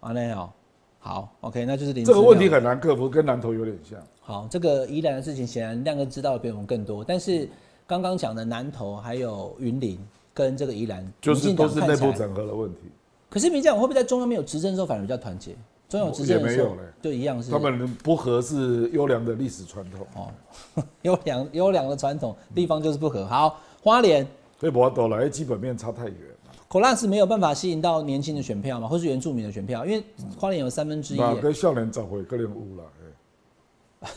Speaker 1: 啊那哦，好，OK，那就是林
Speaker 2: 这个
Speaker 1: 志
Speaker 2: 问题
Speaker 1: 妙
Speaker 2: 很难克服，跟南投有点像。
Speaker 1: 好，这个宜兰的事情显然亮哥知道的比我们更多，但是刚刚讲的南投还有云林跟这个宜兰，
Speaker 2: 就
Speaker 1: 民
Speaker 2: 是
Speaker 1: 进党
Speaker 2: 都是
Speaker 1: 看
Speaker 2: 内
Speaker 1: 起
Speaker 2: 部
Speaker 1: 来
Speaker 2: 整合的问题，
Speaker 1: 可是民进党会不会在中央没有执政的时候反而比较团结？中央有执政的时候
Speaker 2: 也没有嘞
Speaker 1: 就一样是
Speaker 2: 他们不合是优良的历史传统，
Speaker 1: 哦， [laughs] 优良优良的传统地方就是不合。好，花莲
Speaker 2: 所以我斗来基本面差太远了。
Speaker 1: 口浪是没有办法吸引到年轻的选票嘛，或是原住民的选票，因为花莲有三分之一耶。
Speaker 2: 那跟少年找回个人污哎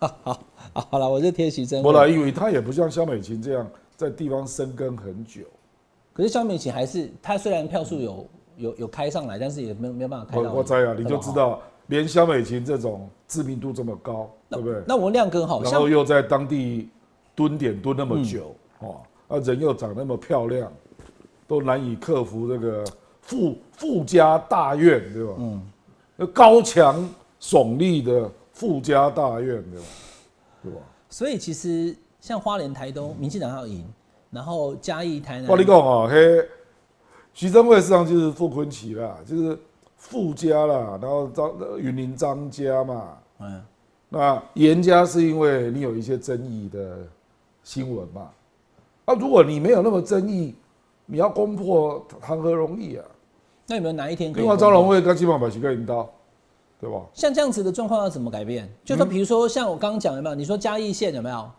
Speaker 2: 了，
Speaker 1: [laughs] 好，好了，我就贴徐真
Speaker 2: 我来，
Speaker 1: 惠。
Speaker 2: 因为他也不像肖美琴这样在地方生根很久，
Speaker 1: 可是肖美琴还是她虽然票数有有有开上来，但是也没有没有办法开
Speaker 2: 我
Speaker 1: 到。
Speaker 2: 我猜啊，你就知。道，连肖美琴这种知名度这么高，
Speaker 1: 那
Speaker 2: 对不对？
Speaker 1: 那我亮哥好
Speaker 2: 然后
Speaker 1: 像嗯
Speaker 2: 又在当地蹲点蹲那么久，哦，啊人又长那么漂亮，都难以克服这个富富家大院，对吧？嗯，那高墙耸立的富家大院，对吧？对吧？
Speaker 1: 所以其实像花莲、台东，民进党要赢，然后嘉义、台南
Speaker 2: 我跟你讲哦，嘿，徐正惠实际上就是傅昆奇啦，就是富家啦，然后张呃云林张家嘛，
Speaker 1: 嗯，
Speaker 2: 那严家是因为你有一些争议的新闻嘛？啊，如果你没有那么争议，你要攻破谈何容易啊？
Speaker 1: 那有没有哪一天可以
Speaker 2: 另外，
Speaker 1: 公布？
Speaker 2: 张荣惠跟金马百奇跟银刀，对吧？
Speaker 1: 像这样子的状况要怎么改变？就
Speaker 2: 嗯
Speaker 1: 说比如说像我刚刚讲有没有？你说嘉义县有没有？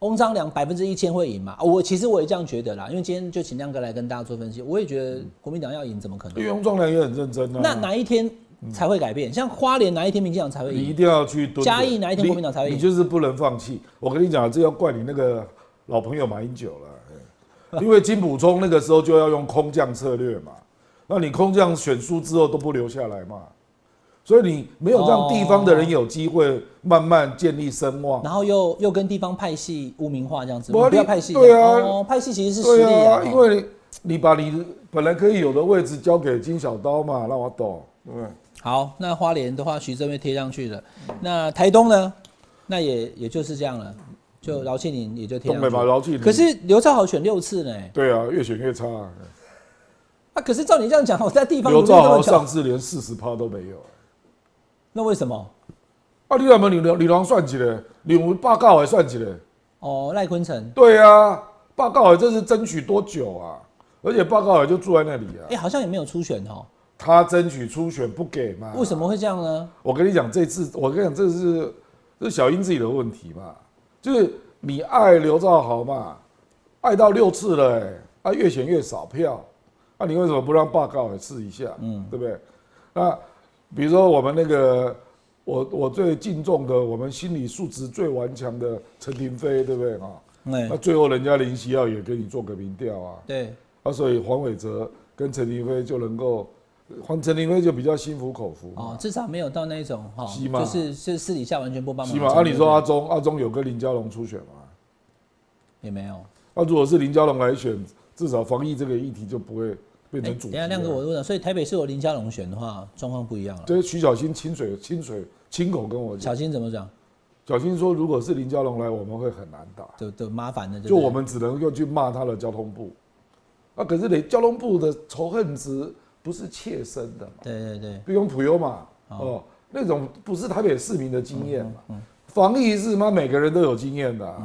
Speaker 1: 翁章良百分之一千会赢嘛？啊我其实我也这样觉得啦，因为今天就请亮哥来跟大家做分析，我也觉
Speaker 2: 嗯
Speaker 1: 得国民党要赢怎么可
Speaker 2: 因
Speaker 1: 能？
Speaker 2: 为翁壮良也很认真啊。
Speaker 1: 那哪一天才会改
Speaker 2: 嗯
Speaker 1: 变？像花莲哪一天民进党才会
Speaker 2: 你一
Speaker 1: 赢？
Speaker 2: 定要去蹲点。
Speaker 1: 嘉义哪一天国民党才会赢
Speaker 2: 你你就是不能放弃。我跟你讲，这要怪你那个老朋友马英九了，哎因为金溥聪那个时候就要用空降策略嘛。那你空降选书之后都不留下来嘛，所以你没有让地方的人有机会慢慢建立声望。
Speaker 1: 然后又又跟地方派系污名化这样子，
Speaker 2: 不
Speaker 1: 我们
Speaker 2: 啊
Speaker 1: 不要
Speaker 2: 你
Speaker 1: 派系。
Speaker 2: 对啊
Speaker 1: 哦，派系其实是实
Speaker 2: 对
Speaker 1: 力啊
Speaker 2: 啊，，因为你把你本来可以有的位置交给金小刀嘛，让我懂，对不
Speaker 1: 啊
Speaker 2: 对？
Speaker 1: 好，那花莲的话，徐正会贴上去了。那台东呢？那也也就是这样了，就饶庆林也就贴上
Speaker 2: 嗯东
Speaker 1: 去
Speaker 2: 北
Speaker 1: 了
Speaker 2: 嘛，。饶庆林
Speaker 1: 可是刘兆豪选六次呢、
Speaker 2: 对啊，越选越差、啊。
Speaker 1: 啊，可是照你这样讲，我在地方努
Speaker 2: 刘
Speaker 1: 力
Speaker 2: 兆
Speaker 1: 那
Speaker 2: 豪
Speaker 1: 么
Speaker 2: 上
Speaker 1: 久，
Speaker 2: 次连四十趴都没有、
Speaker 1: 那为什么？
Speaker 2: 啊，你两门李李郎算起来，李文报告也算起来。
Speaker 1: 哦，赖坤城，
Speaker 2: 对啊，报告也这是争取多久啊？而且报告也就住在那里啊
Speaker 1: 哎、，好像也没有初选哦，
Speaker 2: 他争取初选不给嘛？
Speaker 1: 为什？么会这样呢？
Speaker 2: 我跟你讲，这次我跟你讲，这是这是小英自己的问题嘛，就是你爱刘兆豪嘛，爱到六次了、欸，啊，越选越少票，啊，你为什么不让报告也试一下？嗯，对不对？那比如说我们那个，我我最敬重的，我们心理素质最顽强的陈廷飞，对不对啊？
Speaker 1: 哎、
Speaker 2: 那最后人家林夕耀也给你做个民调啊，
Speaker 1: 对，
Speaker 2: 啊，所以黄伟哲跟陈廷飞就能够，黄陈廷飞就比较心服口服嘛
Speaker 1: 哦，至少没有到那一种哈、
Speaker 2: 是
Speaker 1: 就
Speaker 2: 嘛
Speaker 1: 是是私底下完全不帮忙
Speaker 2: 起
Speaker 1: 的程
Speaker 2: 码
Speaker 1: 度。
Speaker 2: 按理啊说阿中，阿中有跟林佳龙初选嘛？
Speaker 1: 也没有。
Speaker 2: 那、如果是林佳龙来选，至少防疫这个议题就不会变
Speaker 1: 哎、
Speaker 2: 成
Speaker 1: 等
Speaker 2: 主
Speaker 1: 一
Speaker 2: 题了。
Speaker 1: 下亮哥，我问了，所以台北市有林佳龙选的话，状况不一样了。
Speaker 2: 这是徐小新亲水亲水亲口跟我讲，
Speaker 1: 小新怎么讲？
Speaker 2: 小新说，如果是林佳龙来，我们会很难打，
Speaker 1: 就就麻烦了，对不
Speaker 2: 就
Speaker 1: 对
Speaker 2: 我们只能够去骂他的交通部。啊，可是你交通部的仇恨值不是切身的嘛？
Speaker 1: 对对对，
Speaker 2: 不用普悠嘛，哦，那种
Speaker 1: 嗯
Speaker 2: 不是台北市民的经验嘛。防疫是嘛，每个人都有经验的啊、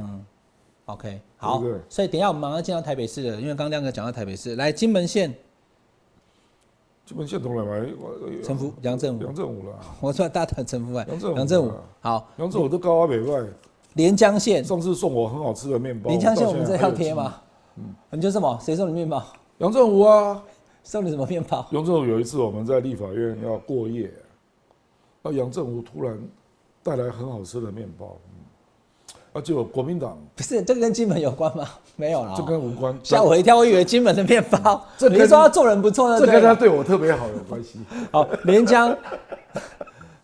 Speaker 1: OK，好
Speaker 2: 对不对，
Speaker 1: 所以等一下我们马上进到台北市了，因为刚刚亮哥讲到台北市，来金门县
Speaker 2: 基本线同来嘛，
Speaker 1: 陈福杨振武，
Speaker 2: 呃杨振武啊啦，
Speaker 1: 我算大胆陈福哎
Speaker 2: 杨振，武
Speaker 1: 杨振武
Speaker 2: 啊，
Speaker 1: 好，
Speaker 2: 杨振武都高阿啊北外，
Speaker 1: 连江县，
Speaker 2: 上次送我很好吃的面包。
Speaker 1: 连江县
Speaker 2: 到
Speaker 1: 我们
Speaker 2: 现
Speaker 1: 这
Speaker 2: 在还
Speaker 1: 要
Speaker 2: 有嗯
Speaker 1: 贴
Speaker 2: 记忆？
Speaker 1: 吗？你就什么？谁送你面包？ [laughs]
Speaker 2: 杨振武啊，
Speaker 1: 送你什么面包？ [laughs]
Speaker 2: 杨振武有一次我们在立法院要过夜，那杨振武突然带来很好吃的面包，嗯啊，结果国民党
Speaker 1: 不是，这个跟金门有关吗？没有啦
Speaker 2: 这。跟无关，
Speaker 1: 吓我一跳，我以为金门的面包。
Speaker 2: 这
Speaker 1: 你
Speaker 2: 跟
Speaker 1: 说他做人不错呢，
Speaker 2: 这
Speaker 1: 对不
Speaker 2: 跟
Speaker 1: 对
Speaker 2: 他对我特别好有
Speaker 1: [laughs]
Speaker 2: 关系。
Speaker 1: 好，连江，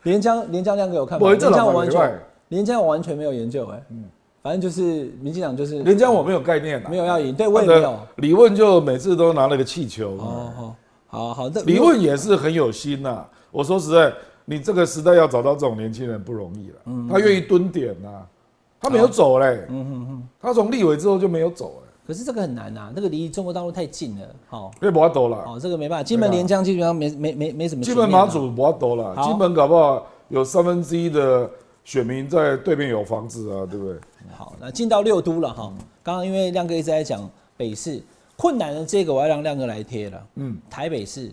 Speaker 1: 连江，连江亮哥有看吗？
Speaker 2: 我
Speaker 1: 连
Speaker 2: 这
Speaker 1: 江
Speaker 2: 老
Speaker 1: 我
Speaker 2: 板
Speaker 1: 完
Speaker 2: 以外嗯
Speaker 1: 全，，连江我完全没有研究哎、反正就是民进党就是
Speaker 2: 连江我没有概念啊，
Speaker 1: 没有要赢，对我也
Speaker 2: 他
Speaker 1: 没
Speaker 2: 的
Speaker 1: 有。
Speaker 2: 李问就每次都拿了个气球。
Speaker 1: 哦，好好好，这
Speaker 2: 李问也是很有心呐、我说实在，你这个时代要找到这种年轻人不容易了。他愿意蹲点呐、他没有走嘞。他从立委之后就没有走嘞，
Speaker 1: 可是这个很难啊，这个离中国大陆太近了。好，
Speaker 2: 因为没走了。
Speaker 1: 好，这个没办法，金门连江基本上没没没没什么
Speaker 2: 基
Speaker 1: 悬
Speaker 2: 本
Speaker 1: 念啊。
Speaker 2: 马祖没走了，
Speaker 1: 好
Speaker 2: 基本搞不好有三分之一的选民在对面有房子啊，对不对？
Speaker 1: 好，那进到六都了哈。
Speaker 2: 嗯
Speaker 1: 刚刚因为亮哥一直在讲北市困难的这个，我要让亮哥来贴了。嗯
Speaker 2: 嗯，
Speaker 1: 台北市，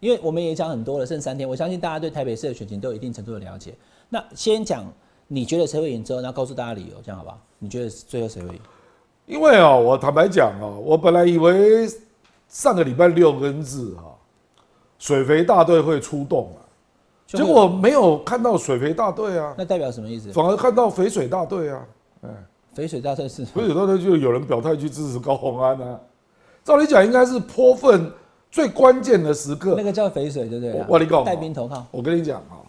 Speaker 1: 因为我们也讲很多了，剩三天，我相信大家对台北市的选情都有一定程度的了解。那先讲你觉得谁会赢之后，然后告诉大家理由，这样好不好？你觉得最后谁会赢？
Speaker 2: 因为哦，我坦白讲哦，我本来以为上个礼拜六跟日哈、水肥大队会出动了、
Speaker 1: 就
Speaker 2: 结
Speaker 1: 会
Speaker 2: 果没有看到水肥大队啊，
Speaker 1: 那代表什么意思？
Speaker 2: 反而看到肥水大队啊。
Speaker 1: 肥水大队是
Speaker 2: 所以大家就有人表态去支持高鸿安啊。照理讲，应该是泼粪最关键的时刻
Speaker 1: 那。个叫肥水，对不对啦？
Speaker 2: 我我跟你讲
Speaker 1: 带兵投靠，
Speaker 2: 我跟你讲啊、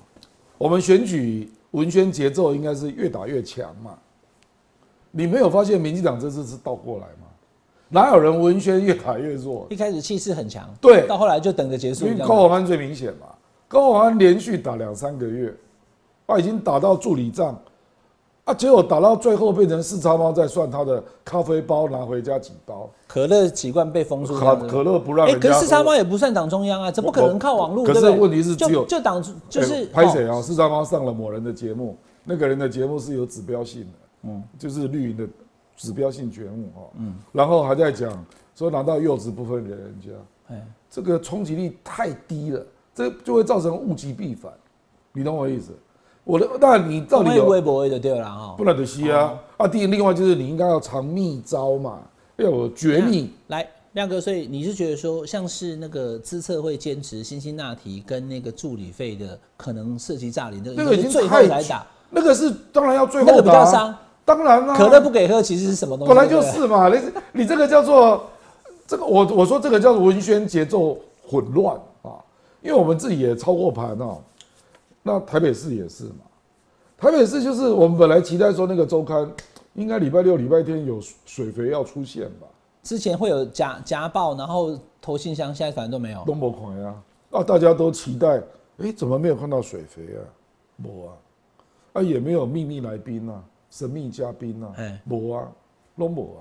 Speaker 2: 我们选举文宣节奏应该是越打越强嘛。你没有发现民进党这次是倒过来吗？哪有人文宣越打越弱？
Speaker 1: 一开始气势很强，
Speaker 2: 对
Speaker 1: 到后来就等着结束
Speaker 2: 因为
Speaker 1: 这样
Speaker 2: 高
Speaker 1: 子。
Speaker 2: 鸿安最明显嘛，高鸿安连续打两三个月，啊，已经打到助理账，啊，结果打到最后变成四叉猫在算他的咖啡包拿回家几包，
Speaker 1: 可乐几罐被封住这
Speaker 2: 可
Speaker 1: 样子，
Speaker 2: 可乐不让
Speaker 1: 哎、
Speaker 2: 人家
Speaker 1: 可
Speaker 2: 喝。
Speaker 1: 是四叉猫也不算党中央啊，这不可能靠网络，
Speaker 2: 可
Speaker 1: 对
Speaker 2: 是
Speaker 1: 不对？
Speaker 2: 问题是只有
Speaker 1: 就就党就是
Speaker 2: 哎拍谁
Speaker 1: 哦
Speaker 2: 啊？四张猫上了某人的节目，那个人的节目是有指标性的，嗯，就是绿营的指标性觉悟哈，嗯，然后还在讲说拿到柚子不分给人家，
Speaker 1: 哎
Speaker 2: 这个冲击力太低了，这就会造成物极必反，你懂我意思？我的，那你到
Speaker 1: 哦我
Speaker 2: 底
Speaker 1: 也不哦
Speaker 2: 有
Speaker 1: 会不会的对了哈
Speaker 2: 不。然的吸啊啊！第另外就是你应该要藏秘招嘛，要有绝
Speaker 1: 啊
Speaker 2: 密。
Speaker 1: 来，亮哥，所以你是觉得说，像是那个资策会兼职辛辛那提跟那个助理费的可能涉及诈领，
Speaker 2: 那个已
Speaker 1: 是
Speaker 2: 经
Speaker 1: 最后
Speaker 2: 太
Speaker 1: 来打，
Speaker 2: 那个是当然要最
Speaker 1: 那
Speaker 2: 后
Speaker 1: 个比较
Speaker 2: 打啊，
Speaker 1: 伤。
Speaker 2: 当然啦、
Speaker 1: 可乐不给喝，其实是什么东西？
Speaker 2: 本来就
Speaker 1: 哦对不对
Speaker 2: 是嘛，你你这个叫做这个，我我说这个叫文宣节奏混乱啊，因为我们自己也操过盘啊，那台北市也是嘛，台北市就是我们本来期待说那个周刊应该礼拜六、礼拜天有水肥要出现吧，
Speaker 1: 之前会有家家暴，然后投信箱，现在反正都没有。
Speaker 2: 东博款呀，啊，大家都期待，诶，怎么没有看到水肥啊？没啊，啊也没有秘密来宾啊，神秘嘉宾啊
Speaker 1: 哎，
Speaker 2: 没啊，都没啊。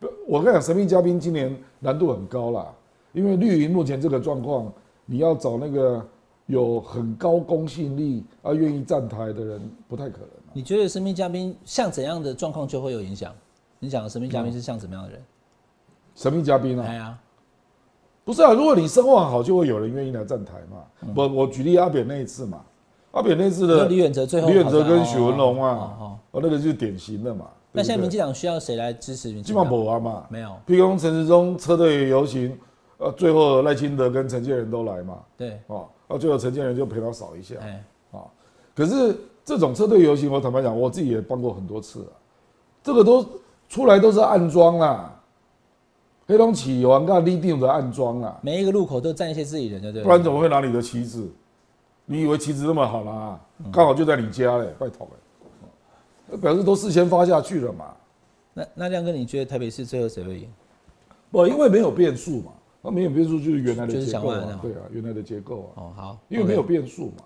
Speaker 2: 不我跟你讲，神秘嘉宾今年难度很高啦，因为绿营目前这个状况，你要找那个有很高公信力啊、愿意站台的人，不太可能、啊。
Speaker 1: 你觉得神秘嘉宾像怎样的状况就会有影响？你讲的神秘嘉宾是像怎么样的人？
Speaker 2: 嗯神秘嘉宾啊，
Speaker 1: 哎呀，
Speaker 2: 不是啊，如果你声望好，就会有人愿意来站台嘛。我我举例阿扁那一次嘛，阿扁那次
Speaker 1: 就
Speaker 2: 的
Speaker 1: 李远哲最后
Speaker 2: 李远哲
Speaker 1: 好像
Speaker 2: 跟许文龙
Speaker 1: 哦哦
Speaker 2: 啊，
Speaker 1: 哦哦
Speaker 2: 哦，那个就是典型的嘛。
Speaker 1: 那现在民
Speaker 2: 基
Speaker 1: 进党需要谁来支持民
Speaker 2: 基
Speaker 1: 进
Speaker 2: 本
Speaker 1: 党？
Speaker 2: 上啊嘛，
Speaker 1: 没有，
Speaker 2: 譬如陈时中车队游行，呃，最后赖清德跟陈建仁都来嘛，
Speaker 1: 对，
Speaker 2: 哦，啊，最后陈建仁就陪他扫一下
Speaker 1: 哎、
Speaker 2: 啊。可是这种车队游行，我坦白讲，我自己也帮过很多次啊，这个都出来都是暗装啦，黑龙起完个立定的暗装啦，
Speaker 1: 每一个路口都站一些自己人，对不对？
Speaker 2: 不然怎么会拿你的旗子？你以为旗子那么好拿？刚好就在你家嘞，拜托嘞，那表示都事先发下去了嘛。
Speaker 1: 那那亮哥，你觉得台北市最后谁会赢？
Speaker 2: 不，因为没有变数嘛，那没有变数就是原来的
Speaker 1: 就是
Speaker 2: 结
Speaker 1: 想
Speaker 2: 构
Speaker 1: 法那
Speaker 2: 啊
Speaker 1: 样，
Speaker 2: 对啊，原来的结构啊，
Speaker 1: 哦，好，
Speaker 2: 因为没
Speaker 1: OK
Speaker 2: 有变数嘛。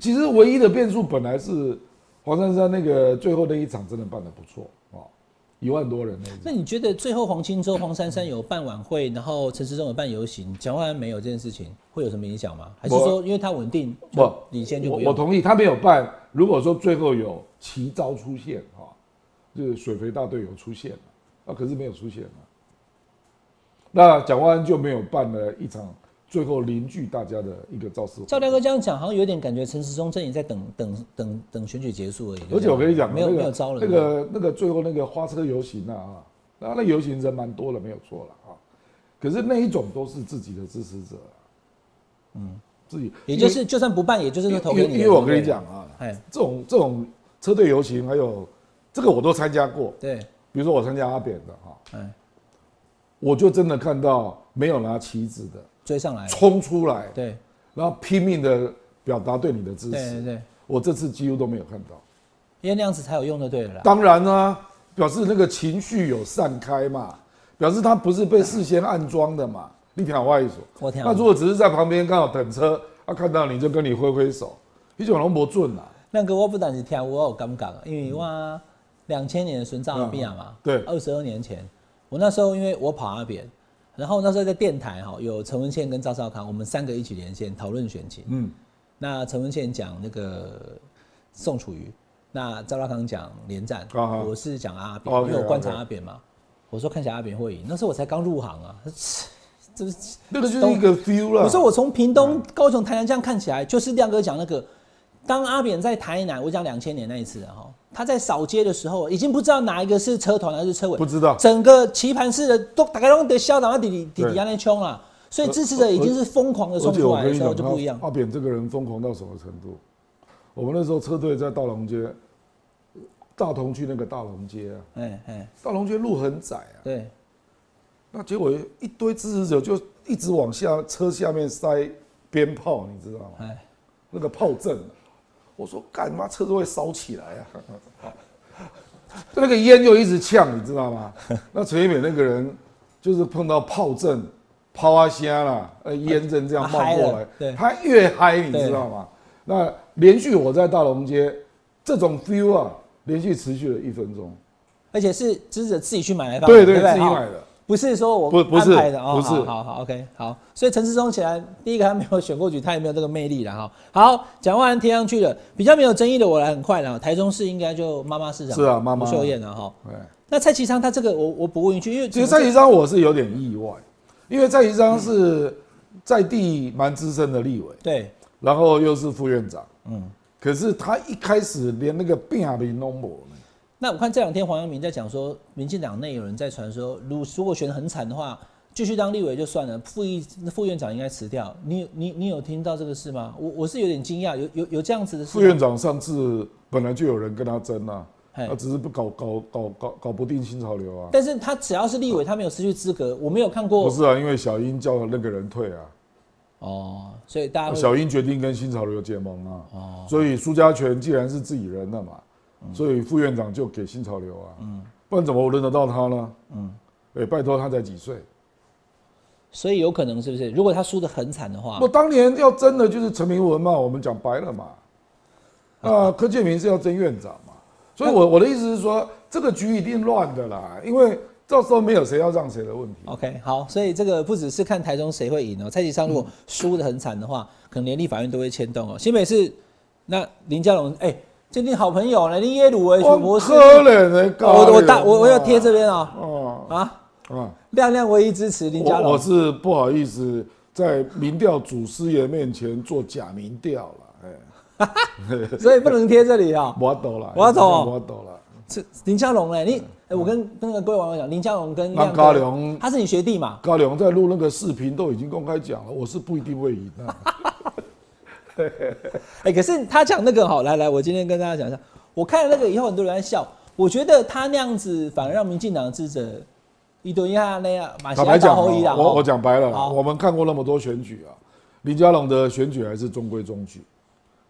Speaker 2: 其实唯一的变数本来是黄珊珊那个最后那一场真的办得不错啊，一万多人那一场。
Speaker 1: 那你觉得最后黄青洲、黄珊珊有办晚会，然后陈时中有办游行，蒋万安没有这件事情，会有什么影响吗？还是说因为他稳定，
Speaker 2: 不，
Speaker 1: 你先就
Speaker 2: 我
Speaker 1: 不
Speaker 2: 我
Speaker 1: 用？
Speaker 2: 同意，他没有办。如果说最后有奇招出现哈，啊就是水肥大队有出现啊，可是没有出现啊。那蒋万安就没有办了一场最后凝聚大家的一个造势活动。
Speaker 1: 赵大哥这样讲，好像有点感觉陈时中阵营在等等等等选举结束而已。
Speaker 2: 而且我跟你讲，啊
Speaker 1: 没有、
Speaker 2: 那个
Speaker 1: 没有招了。
Speaker 2: 那个那个最后那个花车游行啊，啊，那那游行人蛮多的，没有错了啊。可是那一种都是自己的支持者、啊嗯，自己
Speaker 1: 也就是就算不办，也就是
Speaker 2: 因
Speaker 1: 说投
Speaker 2: 为因为
Speaker 1: 给你
Speaker 2: 因
Speaker 1: 的
Speaker 2: 为
Speaker 1: 对
Speaker 2: 我
Speaker 1: 不对
Speaker 2: 跟你讲啊，
Speaker 1: 哎，
Speaker 2: 这种这种车队游行还有这个我都参加过，
Speaker 1: 对，
Speaker 2: 比如说我参加阿扁的哈，
Speaker 1: 哎，
Speaker 2: 我就真的看到没有拿旗子的
Speaker 1: 追上来，
Speaker 2: 冲出来，
Speaker 1: 对，
Speaker 2: 然后拼命的表达对你的支
Speaker 1: 对对
Speaker 2: 持。
Speaker 1: 对，
Speaker 2: 我这次几乎都没有看到。
Speaker 1: 因为那样子才有用的，对了啦。
Speaker 2: 当然啊，表示那个情绪有散开嘛，表示他不是被事先暗装的嘛。你听我意思，
Speaker 1: 我听
Speaker 2: 那如果只是在旁边刚好等车，他、看到你就跟你挥挥手，你种龙不准啊。
Speaker 1: 那个我不但是听我有感觉，啊因为我两千年的时候在阿比亚嘛，
Speaker 2: 嗯嗯对
Speaker 1: 二十二年前，我那时候因为我跑阿扁，然后那时候在电台哈，有陈文茜跟赵少康，我们三个一起连线讨论选情。
Speaker 2: 嗯，
Speaker 1: 那陈文茜讲那个宋楚瑜，那赵少康讲连战，
Speaker 2: 啊哈
Speaker 1: 我是讲阿扁，
Speaker 2: 哦
Speaker 1: 因为我
Speaker 2: OK，
Speaker 1: 观察
Speaker 2: OK
Speaker 1: 阿扁嘛，我说看起来阿扁会赢，那时候我才刚入行啊， [laughs] 这是
Speaker 2: 那个就是一个 feel 了。
Speaker 1: 我说我从屏东、
Speaker 2: 嗯
Speaker 1: 高雄、台南这样看起来，就是亮哥讲那个，当阿扁在台南，我讲两千年那一次啊哈，他在扫街的时候，已经不知道哪一个是车头，哪一个是车尾，
Speaker 2: 不知道
Speaker 1: 整个棋盘式的都大概都得校长啊、弟弟弟弟
Speaker 2: 对
Speaker 1: 啊那冲了，所以支持者已经是疯狂的
Speaker 2: 而
Speaker 1: 冲
Speaker 2: 且
Speaker 1: 出
Speaker 2: 我
Speaker 1: 来
Speaker 2: 跟
Speaker 1: 的
Speaker 2: 你
Speaker 1: 时候
Speaker 2: 讲，
Speaker 1: 就不一样
Speaker 2: 他。阿扁这个人疯狂到什么程度？我们那时候车队在大龙街，大同区那个大龙街啊，
Speaker 1: 哎哎，
Speaker 2: 大龙街路很窄啊，
Speaker 1: 对，
Speaker 2: 那结果一堆支持者就一直往下车下面塞鞭炮，你知道吗？
Speaker 1: 哎，
Speaker 2: 那个炮阵啊，我说干妈车都会烧起来啊！就 [laughs] 那个烟就一直呛，你知
Speaker 1: [laughs]
Speaker 2: 道吗？那陈一美那个人就是碰到炮阵、炮啊虾啦，呃，烟阵这样冒
Speaker 1: 哎他嗨
Speaker 2: 过
Speaker 1: 了对
Speaker 2: 来，他越嗨，你知道吗？那连续我在大龙街这种 feel 啊，连续持续了一分钟，
Speaker 1: 而且是支持者自己去买来放的，
Speaker 2: 对
Speaker 1: 对
Speaker 2: 对，
Speaker 1: 不
Speaker 2: 自己
Speaker 1: 好
Speaker 2: 买的，
Speaker 1: 不是说我
Speaker 2: 不不是
Speaker 1: 安排的哦，
Speaker 2: 不是
Speaker 1: 好好好，OK，好。所以陈世忠显然第一个他没有选过举，他也没有这个魅力了哈。好，蒋万安贴上去了，比较没有争议的我来很快了哈。台中市应该就妈妈市长
Speaker 2: 是啊妈妈
Speaker 1: 吴秀燕了哈。
Speaker 2: 哎。
Speaker 1: 那蔡其昌他这个我我补问一句，因为
Speaker 2: 其实蔡其昌我是有点意外，因为蔡其昌是在地蛮资深的立委，
Speaker 1: 对
Speaker 2: 然后又是副院长，嗯，可是他一开始连那个病啊病弄我呢，
Speaker 1: 那我看这两天黄阳明在讲说，民进党内有人在传说，如如果选得很惨的话，继续当立委就算了，副议副院长应该辞掉。你你你有听到这个事吗？我我是有点惊讶，有有有这样子的事吗。
Speaker 2: 副院长上次本来就有人跟他争啊，
Speaker 1: 嘿
Speaker 2: 他只是不搞搞搞搞搞不定新潮流啊，
Speaker 1: 但是他只要是立委，他没有失去资格，我没有看过
Speaker 2: 不。是啊，因为小英叫那个人退啊，
Speaker 1: 哦，所以大家会
Speaker 2: 小英决定跟新潮流结盟
Speaker 1: 哦
Speaker 2: 啊，所以苏家全既然是自己人了嘛，
Speaker 1: 嗯
Speaker 2: 所以副院长就给新潮流啊，不然怎么轮得到他呢？嗯，哎，拜托他才几岁。
Speaker 1: 所以有可能是不是？如果他输得很惨的话
Speaker 2: 我，当年要争的就是陈明文嘛，我们讲白
Speaker 1: [laughs]
Speaker 2: 了嘛。那柯建明是要争院长嘛，所以我我的意思是说，这个局一定乱的啦，因为到时候没有谁要让谁的问题。
Speaker 1: OK，好，所以这个不只是看台中谁会赢哦，蔡其昌如果
Speaker 2: 嗯
Speaker 1: 输得很惨的话，可能连立法院都会牵动哦。新北市那林佳龙，哎、最近好朋友呢，林耶鲁哎，
Speaker 2: 我
Speaker 1: 许博士，
Speaker 2: 可怜的高
Speaker 1: 哦
Speaker 2: 人啊，
Speaker 1: 我我大我我要贴这边啊、
Speaker 2: 哦
Speaker 1: 啊，
Speaker 2: 啊！
Speaker 1: 亮亮唯一支持林佳
Speaker 2: 我我
Speaker 1: 龙，
Speaker 2: 是不好意思在民调祖师爷面前做假民调了，哎，
Speaker 1: 所以不能贴这里啊、
Speaker 2: 我懂了，
Speaker 1: 我懂
Speaker 2: 我懂了。
Speaker 1: 这林佳龙嘞，你哎，我跟跟那个各位网友讲，林佳龙跟
Speaker 2: 那
Speaker 1: 亮
Speaker 2: 高
Speaker 1: 哥
Speaker 2: 粱，
Speaker 1: 他是你学弟嘛？
Speaker 2: 高良在录那个视频都已经公开讲了，我是不一定会赢啊的。
Speaker 1: 啊哎、可是他讲那个好，来来，我今天跟大家讲一下，我看了那个以后，很多人在笑，我觉得他那样子反而让民进党的智者一堆亚那样马
Speaker 2: 坦
Speaker 1: 来亚
Speaker 2: 白讲
Speaker 1: 侯
Speaker 2: 哦，
Speaker 1: 一啦，
Speaker 2: 我我讲白了啦，
Speaker 1: 好
Speaker 2: 我们看过那么多选举啊，林佳龙的选举还是中规中矩，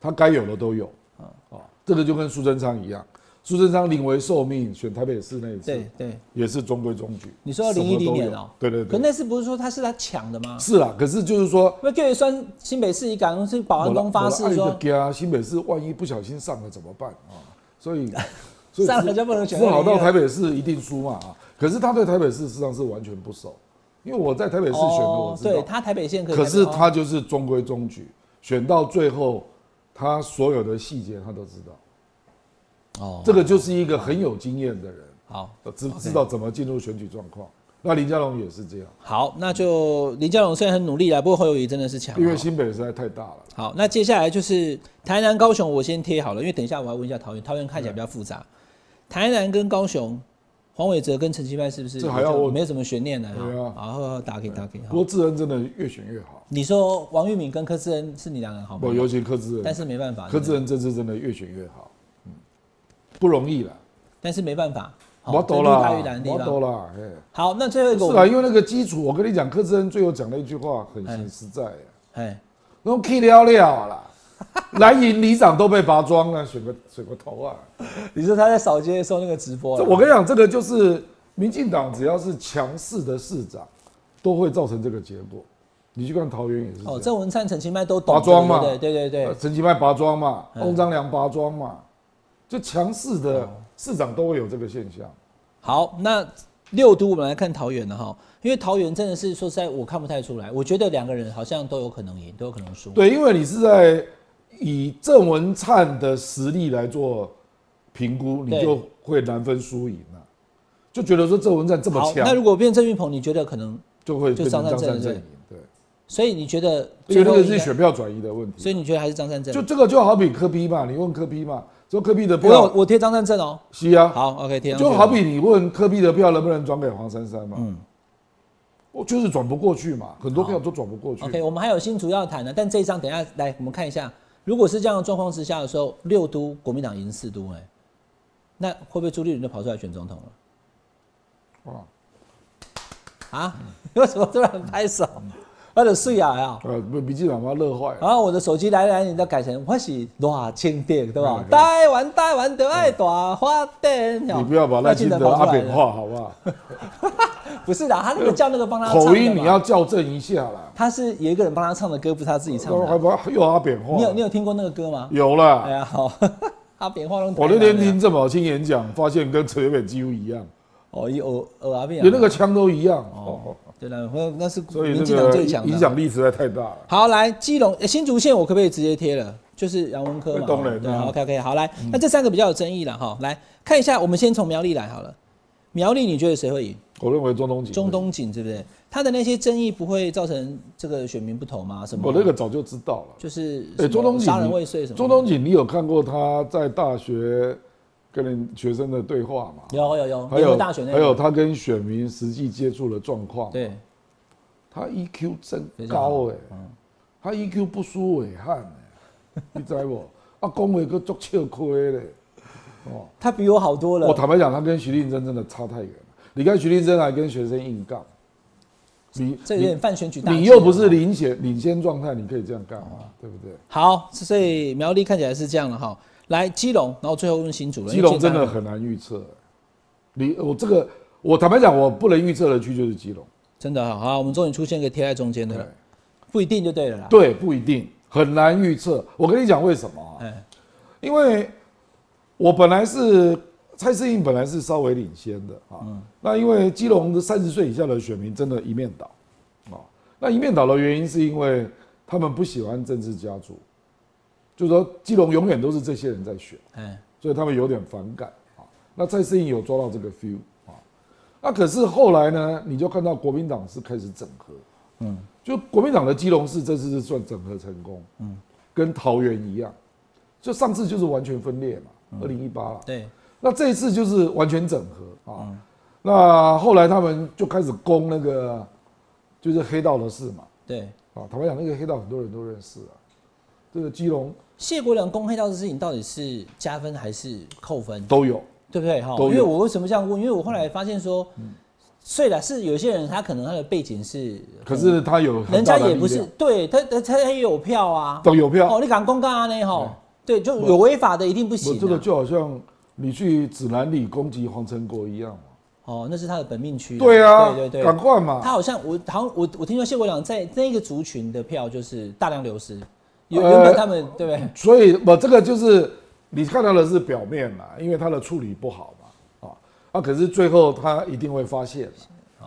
Speaker 2: 他该有的都有
Speaker 1: 嗯
Speaker 2: 啊、哦这个就跟苏贞昌一样，苏贞昌临危受命选台北市那一次
Speaker 1: 对，对，
Speaker 2: 也是中规中矩。
Speaker 1: 你说零一零年哦、
Speaker 2: 什么都有对
Speaker 1: 可
Speaker 2: 对对，
Speaker 1: 那次不是说他是他抢的吗？
Speaker 2: 是啦。可是就是说，
Speaker 1: 那就算新北市一港是保安
Speaker 2: 我
Speaker 1: 宫发
Speaker 2: 我
Speaker 1: 誓
Speaker 2: 爱
Speaker 1: 说
Speaker 2: 的家新北市万一不小心上了怎么办啊？所
Speaker 1: [laughs]
Speaker 2: 以，所以
Speaker 1: 上了就不能选
Speaker 2: 只好到
Speaker 1: 2011
Speaker 2: 台北市一定输嘛啊。可是他对台北市事实上是完全不熟，因为我在台北市选的，我知道。
Speaker 1: 哦对他台北县可以，
Speaker 2: 可是
Speaker 1: 台北
Speaker 2: 他就是中规中矩，选到最后，他所有的细节他都知道。
Speaker 1: 哦，
Speaker 2: 这个就是一个很有经验的人，呃
Speaker 1: 好
Speaker 2: 知知道怎么进入选举状况。那林佳龙也是这样，
Speaker 1: 好，那就林佳龙虽然很努力啦，不过侯友谊真的是强哦。
Speaker 2: 因为新北实在太大了。
Speaker 1: 好，那接下来就是台南、高雄，我先贴好了，因为等一下我要问一下桃园，桃园看起来比较复杂。台南跟高雄，黄伟哲跟陈其迈是不是
Speaker 2: 这还要问
Speaker 1: 就没有什么悬念呢？
Speaker 2: 对啊
Speaker 1: 好，好好打给打给。
Speaker 2: 不
Speaker 1: 好，
Speaker 2: 过智恩真的越选越好，
Speaker 1: 你说王玉敏跟柯志恩是你两个人好吗
Speaker 2: 不，？尤其柯智
Speaker 1: 但
Speaker 2: 恩，
Speaker 1: 是没办法，
Speaker 2: 柯智
Speaker 1: 对不对
Speaker 2: 恩这次真的越选越好，嗯，不容易了，
Speaker 1: 但是没办法，好
Speaker 2: 我懂
Speaker 1: 这是大
Speaker 2: 啦
Speaker 1: 越难，的
Speaker 2: 啊我
Speaker 1: 地
Speaker 2: 懂
Speaker 1: 方。
Speaker 2: 啦，哎，
Speaker 1: 好，那最后一个我
Speaker 2: 是啊，因为那个基础，我跟你讲，柯智恩最后讲了一句话很很实在，哎
Speaker 1: 哎，
Speaker 2: 那种 K 了
Speaker 1: [laughs]
Speaker 2: 了啦，蓝营里长都被拔庄了，选个选个头啊！
Speaker 1: 你说他在扫街的时候那个直播啊
Speaker 2: 这
Speaker 1: 啦，
Speaker 2: 我跟你讲，这个就是民进党只要是强势的市长，都会造成这个结果。你去看桃园也是
Speaker 1: 哦，
Speaker 2: 这
Speaker 1: 郑文灿、陈其迈都懂
Speaker 2: 化妆嘛
Speaker 1: 对对对对
Speaker 2: 样，
Speaker 1: 对，
Speaker 2: 呃
Speaker 1: 哎
Speaker 2: 陈其迈拔庄嘛，翁章良拔庄嘛，就强势
Speaker 1: 哦
Speaker 2: 的市长都会有这个现象。
Speaker 1: 好，那六都我们来看桃园了哈，因为桃园真的是说实在我看不太出来，我觉得两个人好像都有可能赢，都有可能输。
Speaker 2: 对，因为你是在以郑文灿的实力来做评估，你
Speaker 1: 对
Speaker 2: 就会难分输赢了，就觉得说郑文灿这么
Speaker 1: 好，
Speaker 2: 强
Speaker 1: 那，如果变郑运鹏，你觉得可能？
Speaker 2: 就会
Speaker 1: 就
Speaker 2: 变成
Speaker 1: 张
Speaker 2: 张
Speaker 1: 善
Speaker 2: 三
Speaker 1: 政
Speaker 2: 阵营。对，
Speaker 1: 所以你觉得
Speaker 2: 因
Speaker 1: 最
Speaker 2: 为那
Speaker 1: 后
Speaker 2: 个
Speaker 1: 应
Speaker 2: 是
Speaker 1: 该
Speaker 2: 选票转移的问
Speaker 1: 所
Speaker 2: 题。
Speaker 1: 以你觉得还是张善政？
Speaker 2: 就这个就好比科比嘛，你问科比嘛，说科比的
Speaker 1: 不用
Speaker 2: 票，
Speaker 1: 我贴张善政哦。
Speaker 2: 是啊，
Speaker 1: 好，OK，贴上去
Speaker 2: 就
Speaker 1: 了
Speaker 2: 好比你问科比的票能不能转给黄珊珊嘛，
Speaker 1: 嗯
Speaker 2: 我就是转不过去嘛，很多票都转不过去。
Speaker 1: ，OK，我们还有新竹要谈的，但这一张等一下来我们看一下，如果是这样的状况之下的时候，六都国民党赢四都、哎，那会不会朱立伦就跑出来选总统了？
Speaker 2: 啊，
Speaker 1: 啊？ [laughs] 为什么突然拍手？我的睡啊呀！
Speaker 2: 呃，不，民进党把他乐坏了。
Speaker 1: 然后我的手机来来，你都改成我是大清店，对吧
Speaker 2: 嗯？嗯
Speaker 1: 台湾台湾的爱大花店。哦
Speaker 2: 你不要把赖清德
Speaker 1: 跑
Speaker 2: 阿
Speaker 1: 出来
Speaker 2: 扁
Speaker 1: 了
Speaker 2: 化好不好？
Speaker 1: 不是的，他那个叫那个帮他唱的
Speaker 2: 口音
Speaker 1: 嘛
Speaker 2: 你要校正一下啦，
Speaker 1: 他是有一个人帮他唱的歌，不是他自己
Speaker 2: [laughs]
Speaker 1: 唱的。
Speaker 2: 还把又阿扁化。
Speaker 1: 你有你有听过那个歌吗？
Speaker 2: 有
Speaker 1: 哎
Speaker 2: 啦，
Speaker 1: 呀，好， [laughs] 阿扁话龙。
Speaker 2: 我那天听郑宝清演讲，发现跟陈水扁几乎一样，
Speaker 1: 哦，有偶偶阿扁啊
Speaker 2: 连那个腔都一样。哦，
Speaker 1: 对了，那那是
Speaker 2: 所以
Speaker 1: 民
Speaker 2: 这
Speaker 1: 进党
Speaker 2: 个
Speaker 1: 最强的
Speaker 2: 影响力实在太大了。
Speaker 1: 好，来基隆、诶新竹县，我可不可以直接贴了？就是杨文科嘛，
Speaker 2: 当然
Speaker 1: 对
Speaker 2: 啊
Speaker 1: ，OK OK，好来，那这三个比较有争议了哈，来看一下，我们先从苗栗来好了。苗栗你觉得谁会赢？
Speaker 2: 我认为中东锦，
Speaker 1: 中，东锦对不对？他的那些争议不会造成这个选民不投吗？什么？
Speaker 2: 我哦那个早就知道了。
Speaker 1: 就是
Speaker 2: 哎中东锦
Speaker 1: 杀人未遂什么？
Speaker 2: 中东锦，你有看过他在大学跟人学生的对话吗？
Speaker 1: 有有有，
Speaker 2: 还
Speaker 1: 联合
Speaker 2: 有
Speaker 1: 大选那个
Speaker 2: 还有他跟选民实际接触的状况。，
Speaker 1: 对
Speaker 2: 他 EQ
Speaker 1: 非常好嗯
Speaker 2: 真高哎、他 EQ 不输伟汉哎、 [laughs] 你知不？啊，讲话个足笑亏嘞。
Speaker 1: 他比我好多了。
Speaker 2: 我坦白讲，他跟徐令珍真的差太远了。你看徐令珍还跟学生硬杠，你
Speaker 1: 这有点犯选举大啊哦
Speaker 2: 你
Speaker 1: 忌
Speaker 2: 你又不是领先领先状态，你可以这样干嘛？对不对？
Speaker 1: 好，所以苗栗看起来是这样了哈。来基隆，然后最后问新主任。
Speaker 2: 基隆真
Speaker 1: 因为现在
Speaker 2: 的很难预测。你我这个，我坦白讲，我不能预测的区就是基隆。
Speaker 1: 真的好，好，我们终于出现一个贴在中间的了，不一定就对了啦。
Speaker 2: 对，不一定，很难预测。我跟你讲为什么啊？
Speaker 1: 哎，
Speaker 2: 因为我本来是蔡适应，本来是稍微领先的啊。
Speaker 1: 嗯
Speaker 2: 那因为基隆的三十岁以下的选民真的一面倒啊。那一面倒的原因是因为他们不喜欢政治家族，就是说基隆永远都是这些人在选。
Speaker 1: 哎，
Speaker 2: 所以他们有点反感啊。那蔡适应有抓到这个 feel 啊，那可是后来呢，你就看到国民党是开始整合，
Speaker 1: 嗯
Speaker 2: 嗯，就国民党的基隆市这次是算整合成功，嗯，跟桃园一样，就上次就是完全分裂嘛，二零一八了，
Speaker 1: 对，
Speaker 2: 那这一次就是完全整合啊。那后来他们就开始攻那个就是黑道的事嘛，
Speaker 1: 对，
Speaker 2: 啊，坦白讲，那个黑道很多人都认识啊，这个基隆
Speaker 1: 谢国良公黑道的事情到底是加分还是扣分，
Speaker 2: 都有，
Speaker 1: 对不对哈？
Speaker 2: 都有
Speaker 1: 因为我为什么这样问？因为我后来发现说，虽然是有些人他可能他的背景是，
Speaker 2: 可是他有很
Speaker 1: 人
Speaker 2: 大
Speaker 1: 家
Speaker 2: 的
Speaker 1: 也
Speaker 2: 力
Speaker 1: 不是
Speaker 2: 量
Speaker 1: 对他，他他也有票啊，
Speaker 2: 都有票
Speaker 1: 哦，你敢公干啊呢哈？对，就有违法的一定不
Speaker 2: 不，
Speaker 1: 行啊。
Speaker 2: 这个就好像你去指南里攻击黄成国一样嘛。
Speaker 1: 哦，那是他的本命区。
Speaker 2: 对啊，
Speaker 1: 对对
Speaker 2: 赶
Speaker 1: 对。
Speaker 2: 快
Speaker 1: 他
Speaker 2: 嘛。
Speaker 1: 好像我好像我我听说谢国良在那个族群的票就是大量流失，有
Speaker 2: 呃
Speaker 1: 原本他们对不对？
Speaker 2: 所以我这个就是你看到的是表面啦，因为他的处理不好嘛，啊啊，可是最后他一定会发现嘛，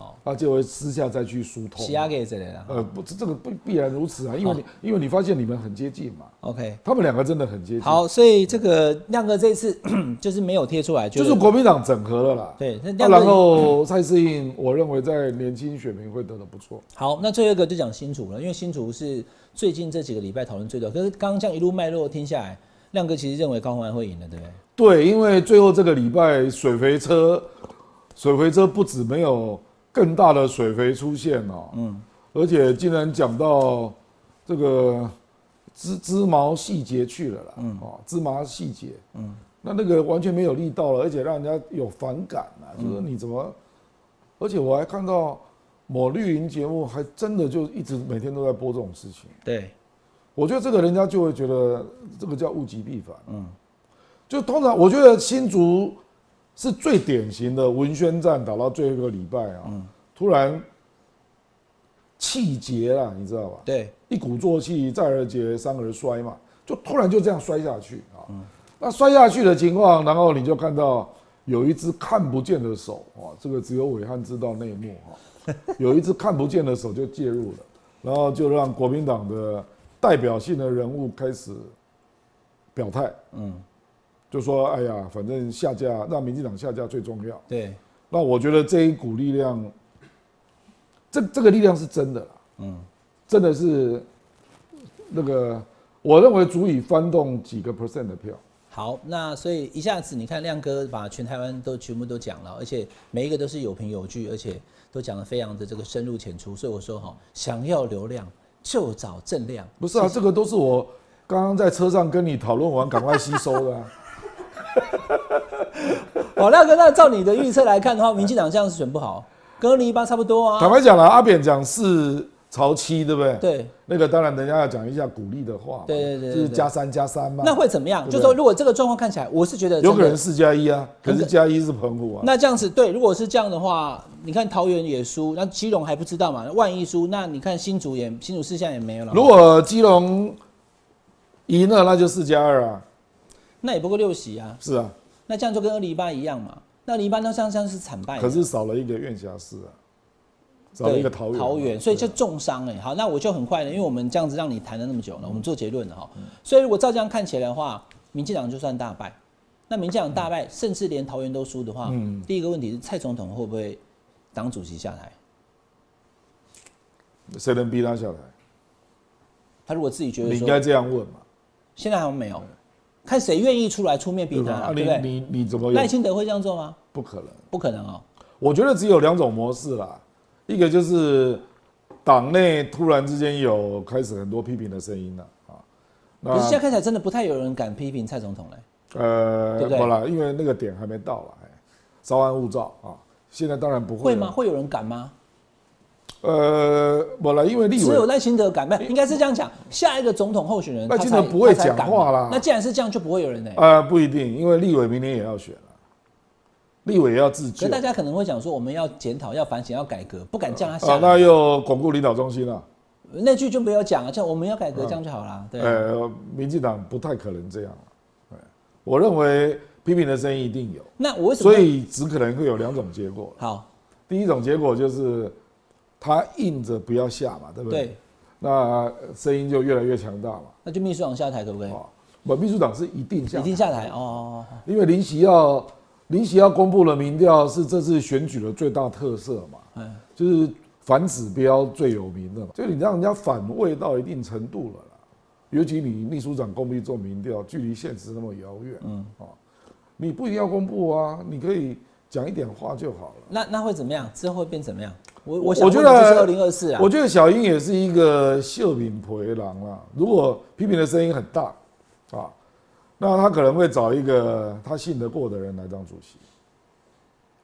Speaker 1: 哦，
Speaker 2: 啊，就会私下再去疏通
Speaker 1: 洗。压给这类的。
Speaker 2: 呃，不，这这个必必然如此啊，因为你因为你发现你们很接近嘛，
Speaker 1: OK，
Speaker 2: 他们两个真的很接近。，
Speaker 1: 好，所以这个亮哥这次 [coughs] 就是没有贴出来，觉
Speaker 2: 就
Speaker 1: 得
Speaker 2: 是国民党整合了啦。
Speaker 1: 对，那
Speaker 2: 啊
Speaker 1: 亮哥、
Speaker 2: 然后蔡适应，我认为在年轻选民会得的不错。
Speaker 1: 好，那最后一个就讲新竹了，因为新竹是最近这几个礼拜讨论最多，可是刚刚这样一路脉络听下来，亮哥其实认为高鸿安会赢的，对不对？
Speaker 2: 对，因为最后这个礼拜水肥车，水肥车不止没有更大的水肥出现哦，嗯，而且竟然讲到这个织织毛细节去了啦，嗯，哦，织毛细节，嗯，那那个完全没有力道了，而且让人家有反感啊，就是你怎么，而且我还看到某绿营节目还真的就一直每天都在播这种事情。
Speaker 1: 对，
Speaker 2: 我觉得这个人家就会觉得这个叫物极必反。嗯，就通常我觉得新竹是最典型的文宣战打到最后一个礼拜啊，突然气结了，你知道吧？
Speaker 1: 对，
Speaker 2: 一鼓作气，再而竭，三而衰嘛，就突然就这样摔下去啊。那摔下去的情况，然后你就看到有一只看不见的手啊，这个只有伟汉知道内幕啊，有一只看不见的手就介入了，然后就让国民党的代表性的人物开始表态，嗯，就说哎呀，反正下架让民进党下架最重要。
Speaker 1: 对，
Speaker 2: 那我觉得这一股力量，这这个力量是真的啦，嗯，真的是那个，我认为足以翻动几个 percent 的票。
Speaker 1: 好，那所以一下子你看亮哥把全台湾都全部都讲了，而且每一个都是有凭有据，而且都讲得非常的这个深入浅出，所以我说哈，想要流量就找正量，
Speaker 2: 不是啊，这个都是我刚刚在车上跟你讨论完，赶快吸收的、 [laughs] 啊。
Speaker 1: 哦，亮哥，那照你的预测来看的话，民进党这样是选不好，跟二零一八差不多
Speaker 2: 坦
Speaker 1: 啊。
Speaker 2: 白讲了，阿扁讲是朝七，对不对？。
Speaker 1: 对，
Speaker 2: 那个当然，人家要讲一下鼓励的话嘛，
Speaker 1: 对对对对
Speaker 2: 就是加三加三嘛。
Speaker 1: 那会怎么样？
Speaker 2: 对不
Speaker 1: 就
Speaker 2: 对
Speaker 1: 说如果这个状况看起来，我是觉得
Speaker 2: 有可
Speaker 1: 真的
Speaker 2: 能四加一啊，可
Speaker 1: 很
Speaker 2: 是
Speaker 1: 可
Speaker 2: 加一是澎湖啊。
Speaker 1: 那这样子对，如果是这样的话，你看桃园也输，那基隆还不知道嘛？万一输，那你看新竹也新竹市现在也没有了，
Speaker 2: 如果基隆赢了，那就四加二啊，
Speaker 1: 那也不过六席啊，
Speaker 2: 是啊。
Speaker 1: 那这样就跟二零一八一样嘛？那零一八那像像是惨败的，
Speaker 2: 可是少了一个院辖市啊，少了
Speaker 1: 对
Speaker 2: 一个桃园嘛。啊
Speaker 1: 桃园，所以就重伤哎、好，那我就很快的，因为我们这样子让你谈了那么久了，我们做结论了
Speaker 2: 嗯
Speaker 1: 哈。所以如果照这样看起来的话，民进党就算大败。那民进党大
Speaker 2: 嗯
Speaker 1: 败，甚至连桃园都输的话，第一个问题是蔡总统会不会党主席下台？
Speaker 2: 谁能逼他下台？
Speaker 1: 他如果自己觉得
Speaker 2: 你应
Speaker 1: 说，
Speaker 2: 该这样问嘛，
Speaker 1: 现在好像没有，看谁愿意出来出面
Speaker 2: 对
Speaker 1: 逼他
Speaker 2: 吧？啊
Speaker 1: 啦，对不
Speaker 2: 你
Speaker 1: 对？
Speaker 2: 你你怎么有
Speaker 1: 赖？清德会这样做吗？
Speaker 2: 不可能。
Speaker 1: 不可能哦、
Speaker 2: 我觉得只有两种模式啦，一个就是党内突然之间有开始很多批评的声音了啊，
Speaker 1: 可是现在看起来真的不太有人敢批评蔡总统嘞、
Speaker 2: 呃，
Speaker 1: 对不对
Speaker 2: 不啦，因为那个点还没到了，哎，稍安勿躁啊。现在当然不会啊
Speaker 1: 会
Speaker 2: 了
Speaker 1: 吗？？会有人敢吗？
Speaker 2: 呃，不啦，因为立
Speaker 1: 只有
Speaker 2: 委
Speaker 1: 赖清德敢，不是应该是这样讲，下一个总统候选人
Speaker 2: 赖
Speaker 1: 他
Speaker 2: 清德
Speaker 1: 才
Speaker 2: 不会
Speaker 1: 他才
Speaker 2: 讲
Speaker 1: 敢
Speaker 2: 话
Speaker 1: 嘛
Speaker 2: 啦
Speaker 1: 那既然是这样，就不会有人嘞、
Speaker 2: 呃不一定，因为立委明年也要选了，立委也要自
Speaker 1: 可
Speaker 2: 救
Speaker 1: 是。大家可能会讲说，我们要检讨、要反省、要改革，不敢叫他
Speaker 2: 啊
Speaker 1: 下，来。
Speaker 2: 那又巩固领导中心了、
Speaker 1: 那句就不要讲了，啊叫我们要改革，这样就好啦。对，
Speaker 2: 呃，民进党不太可能这样了。哎我认为批评的声音一定有，
Speaker 1: 那我为什么
Speaker 2: 所
Speaker 1: 会？
Speaker 2: 以只可能会有两种结果。
Speaker 1: 好，
Speaker 2: 第一种结果就是他硬着不要下嘛，对不对？
Speaker 1: 对，
Speaker 2: 那声音就越来越强大嘛。
Speaker 1: 那就秘书长下台可不可以？
Speaker 2: 啊，我秘书长是一定下，
Speaker 1: 已经下台哦哦。哦
Speaker 2: 因为林奇要林奇要公布的民调是这次选举的最大特色嘛，
Speaker 1: 嗯
Speaker 2: 就是反指标最有名的嘛，就你让人家反胃到一定程度了啦。尤其你秘书长公布做民调，距离现实那么遥远，嗯啊、你不一定要公布啊，你可以讲一点话就好了。
Speaker 1: 那那会怎么样？之后会变怎么样？我
Speaker 2: 我
Speaker 1: 我想
Speaker 2: 我觉
Speaker 1: 问的是
Speaker 2: 得
Speaker 1: 二零二四啊
Speaker 2: 我。觉得小英也是一个秀品回廊啦，啊如果批评的声音很大，啊，那他可能会找一个他信得过的人来当主席。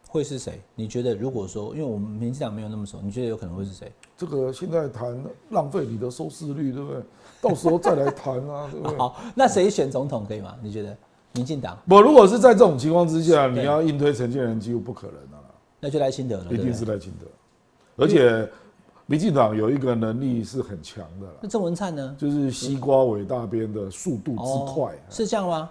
Speaker 1: 会是谁？你觉得如果说，因为我们民进党没有那么熟，你觉得有可能会是谁？
Speaker 2: 这个现在谈浪费你的收视率，对不对？到时候再来谈啊， [laughs] 对不对？
Speaker 1: 好，哦那谁选总统可以吗？你觉得？民进党
Speaker 2: 我如果是在这种情况之下，
Speaker 1: 对
Speaker 2: 你要硬推陈建仁几乎不可能的、啊，
Speaker 1: 那就赖清德了，
Speaker 2: 一
Speaker 1: 对不
Speaker 2: 定
Speaker 1: 对
Speaker 2: 是赖清德，而且民进党有一个能力是很强的啦，
Speaker 1: 那郑文灿呢？
Speaker 2: 就是西瓜尾大边的速度之快。啊
Speaker 1: 是这样吗？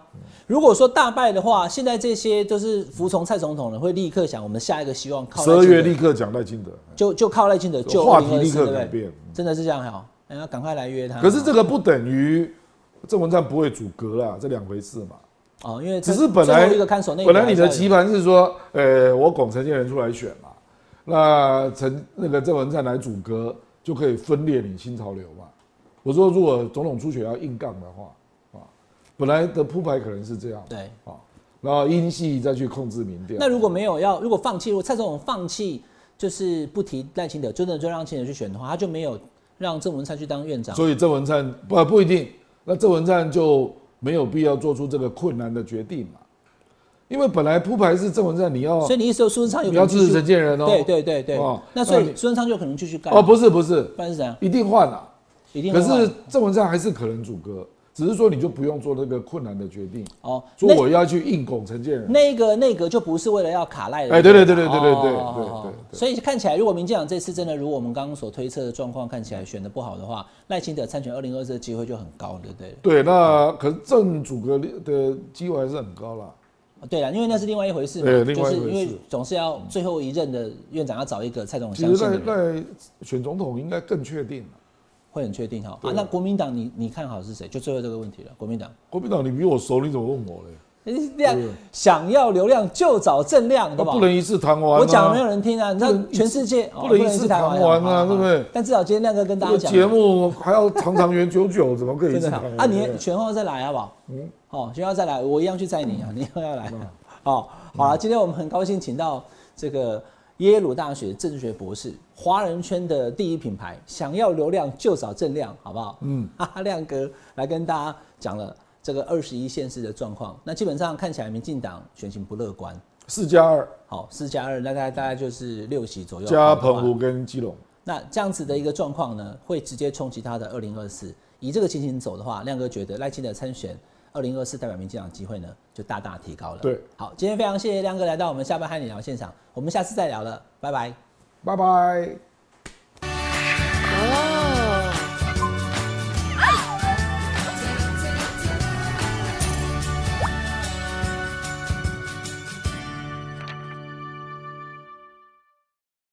Speaker 1: 如果说大败的话，现在这些就是服从蔡总统的，会立刻想我们下一个希望哦靠
Speaker 2: 十
Speaker 1: 赖
Speaker 2: 二
Speaker 1: 清德
Speaker 2: 月立刻讲赖清德，
Speaker 1: 就就靠赖清德就
Speaker 2: 话题立
Speaker 1: 2024
Speaker 2: 刻
Speaker 1: 对
Speaker 2: 改
Speaker 1: 不对？
Speaker 2: 变。
Speaker 1: 真的是这样哈，哎要赶快来约他。
Speaker 2: 可是这个不等于郑文灿不会阻隔啦，这两回事嘛。
Speaker 1: 哦，因为
Speaker 2: 只
Speaker 1: 这
Speaker 2: 是本来
Speaker 1: 最后一个看守内阁
Speaker 2: 本来你的
Speaker 1: 还是
Speaker 2: 棋
Speaker 1: 要
Speaker 2: 盘是说，呃，我拱陈建仁出来选嘛，那陈那个郑文灿来阻隔，就可以分裂你新潮流嘛。我说，如果总统初选要硬杠的话，啊，本来的铺排可能是这样
Speaker 1: 有对。
Speaker 2: 啊，然后英系再去控制民调。
Speaker 1: 那如果没有要，如果放弃，如果蔡总统放弃，就是不提赖清德，真的就让清德去选的话，他就没有让郑文灿去当院长。
Speaker 2: 所以郑文灿不不一定，那郑文灿就没有必要做出这个困难的决定嘛，因为本来铺排是郑文灿，你要
Speaker 1: 所以你意思说苏贞昌有
Speaker 2: 你
Speaker 1: 可
Speaker 2: 要
Speaker 1: 能继
Speaker 2: 支持
Speaker 1: 续
Speaker 2: 陈？建仁哦，
Speaker 1: 对对对对
Speaker 2: 哦。
Speaker 1: 那所
Speaker 2: 那
Speaker 1: 以
Speaker 2: 你
Speaker 1: 苏贞昌就可能继续干。
Speaker 2: 哦，不是不是，
Speaker 1: 不然是怎样？
Speaker 2: 一定换啊了、
Speaker 1: 一定会
Speaker 2: 可
Speaker 1: 换
Speaker 2: 是郑文灿还是可能阻隔，只是说你就不用做那个困难的决定，
Speaker 1: 哦，
Speaker 2: 说
Speaker 1: 那
Speaker 2: 我要去硬拱陈建仁。
Speaker 1: 那个内阁就不是为了要卡赖的。
Speaker 2: 哎对对对对
Speaker 1: 吧
Speaker 2: 对对
Speaker 1: 哦
Speaker 2: 对
Speaker 1: 好好好
Speaker 2: 对对对
Speaker 1: 所以看起来，如果民进党这次真的如我们刚刚所推测的状况看起来选的不好的话，赖清德参选二零二四的机会就很高，对不对？
Speaker 2: 对，那可是正阻隔的机会还是很高啦。
Speaker 1: 对了，因为那是另外一回事嘛，
Speaker 2: 对另
Speaker 1: 就
Speaker 2: 外
Speaker 1: 是
Speaker 2: 一回
Speaker 1: 因
Speaker 2: 事
Speaker 1: 为总是要最后一任的院长要找一个蔡总统
Speaker 2: 其
Speaker 1: 相
Speaker 2: 实
Speaker 1: 信
Speaker 2: 赖
Speaker 1: 的人，
Speaker 2: 赖选总统应该更确定了。
Speaker 1: 会很确定哈。啊
Speaker 2: 对，
Speaker 1: 那国民党你你看好是谁？就最后这个问题了，国民党。
Speaker 2: 国民党，你比我熟，你怎么问我嘞？
Speaker 1: 量想要流量就找正量，对
Speaker 2: 那
Speaker 1: 吧？
Speaker 2: 不能一次谈完、啊。
Speaker 1: 我讲没有人听啊，你知道
Speaker 2: 不能一次
Speaker 1: 全世界
Speaker 2: 不能一次谈完啊对不？
Speaker 1: 哦
Speaker 2: 对
Speaker 1: 好但至少今天亮哥跟大
Speaker 2: 这
Speaker 1: 家讲，
Speaker 2: 个节目还要长长远久久，怎么可以一
Speaker 1: 真
Speaker 2: 次
Speaker 1: 的
Speaker 2: 谈
Speaker 1: 好
Speaker 2: 完？
Speaker 1: 啊，你
Speaker 2: 对不对
Speaker 1: 选后再来好不好？嗯，哦，选后再来，我一样去载你啊，
Speaker 2: 嗯
Speaker 1: 你又要来。哦，好了，今天我们很高兴请到这个耶鲁大学政治学博士，华人圈的第一品牌，想要流量就找正亮，好不好？嗯，哈哈，亮哥来跟大家讲了这个二十一县市的状况。那基本上看起来，民进党选情不乐观。
Speaker 2: 四加二
Speaker 1: 好，四加二，那大概大概就是六席左右。
Speaker 2: 加澎湖。跟基隆，
Speaker 1: 那这样子的一个状况呢，会直接冲击他的二零二四。以这个情形走的话，亮哥觉得赖清德参选二零二四代表民进党的机会呢，就大大提高了。
Speaker 2: 对，
Speaker 1: 好，今天非常谢谢亮哥来到我们下班和你聊现场，我们下次再聊了，拜拜。
Speaker 2: 拜拜。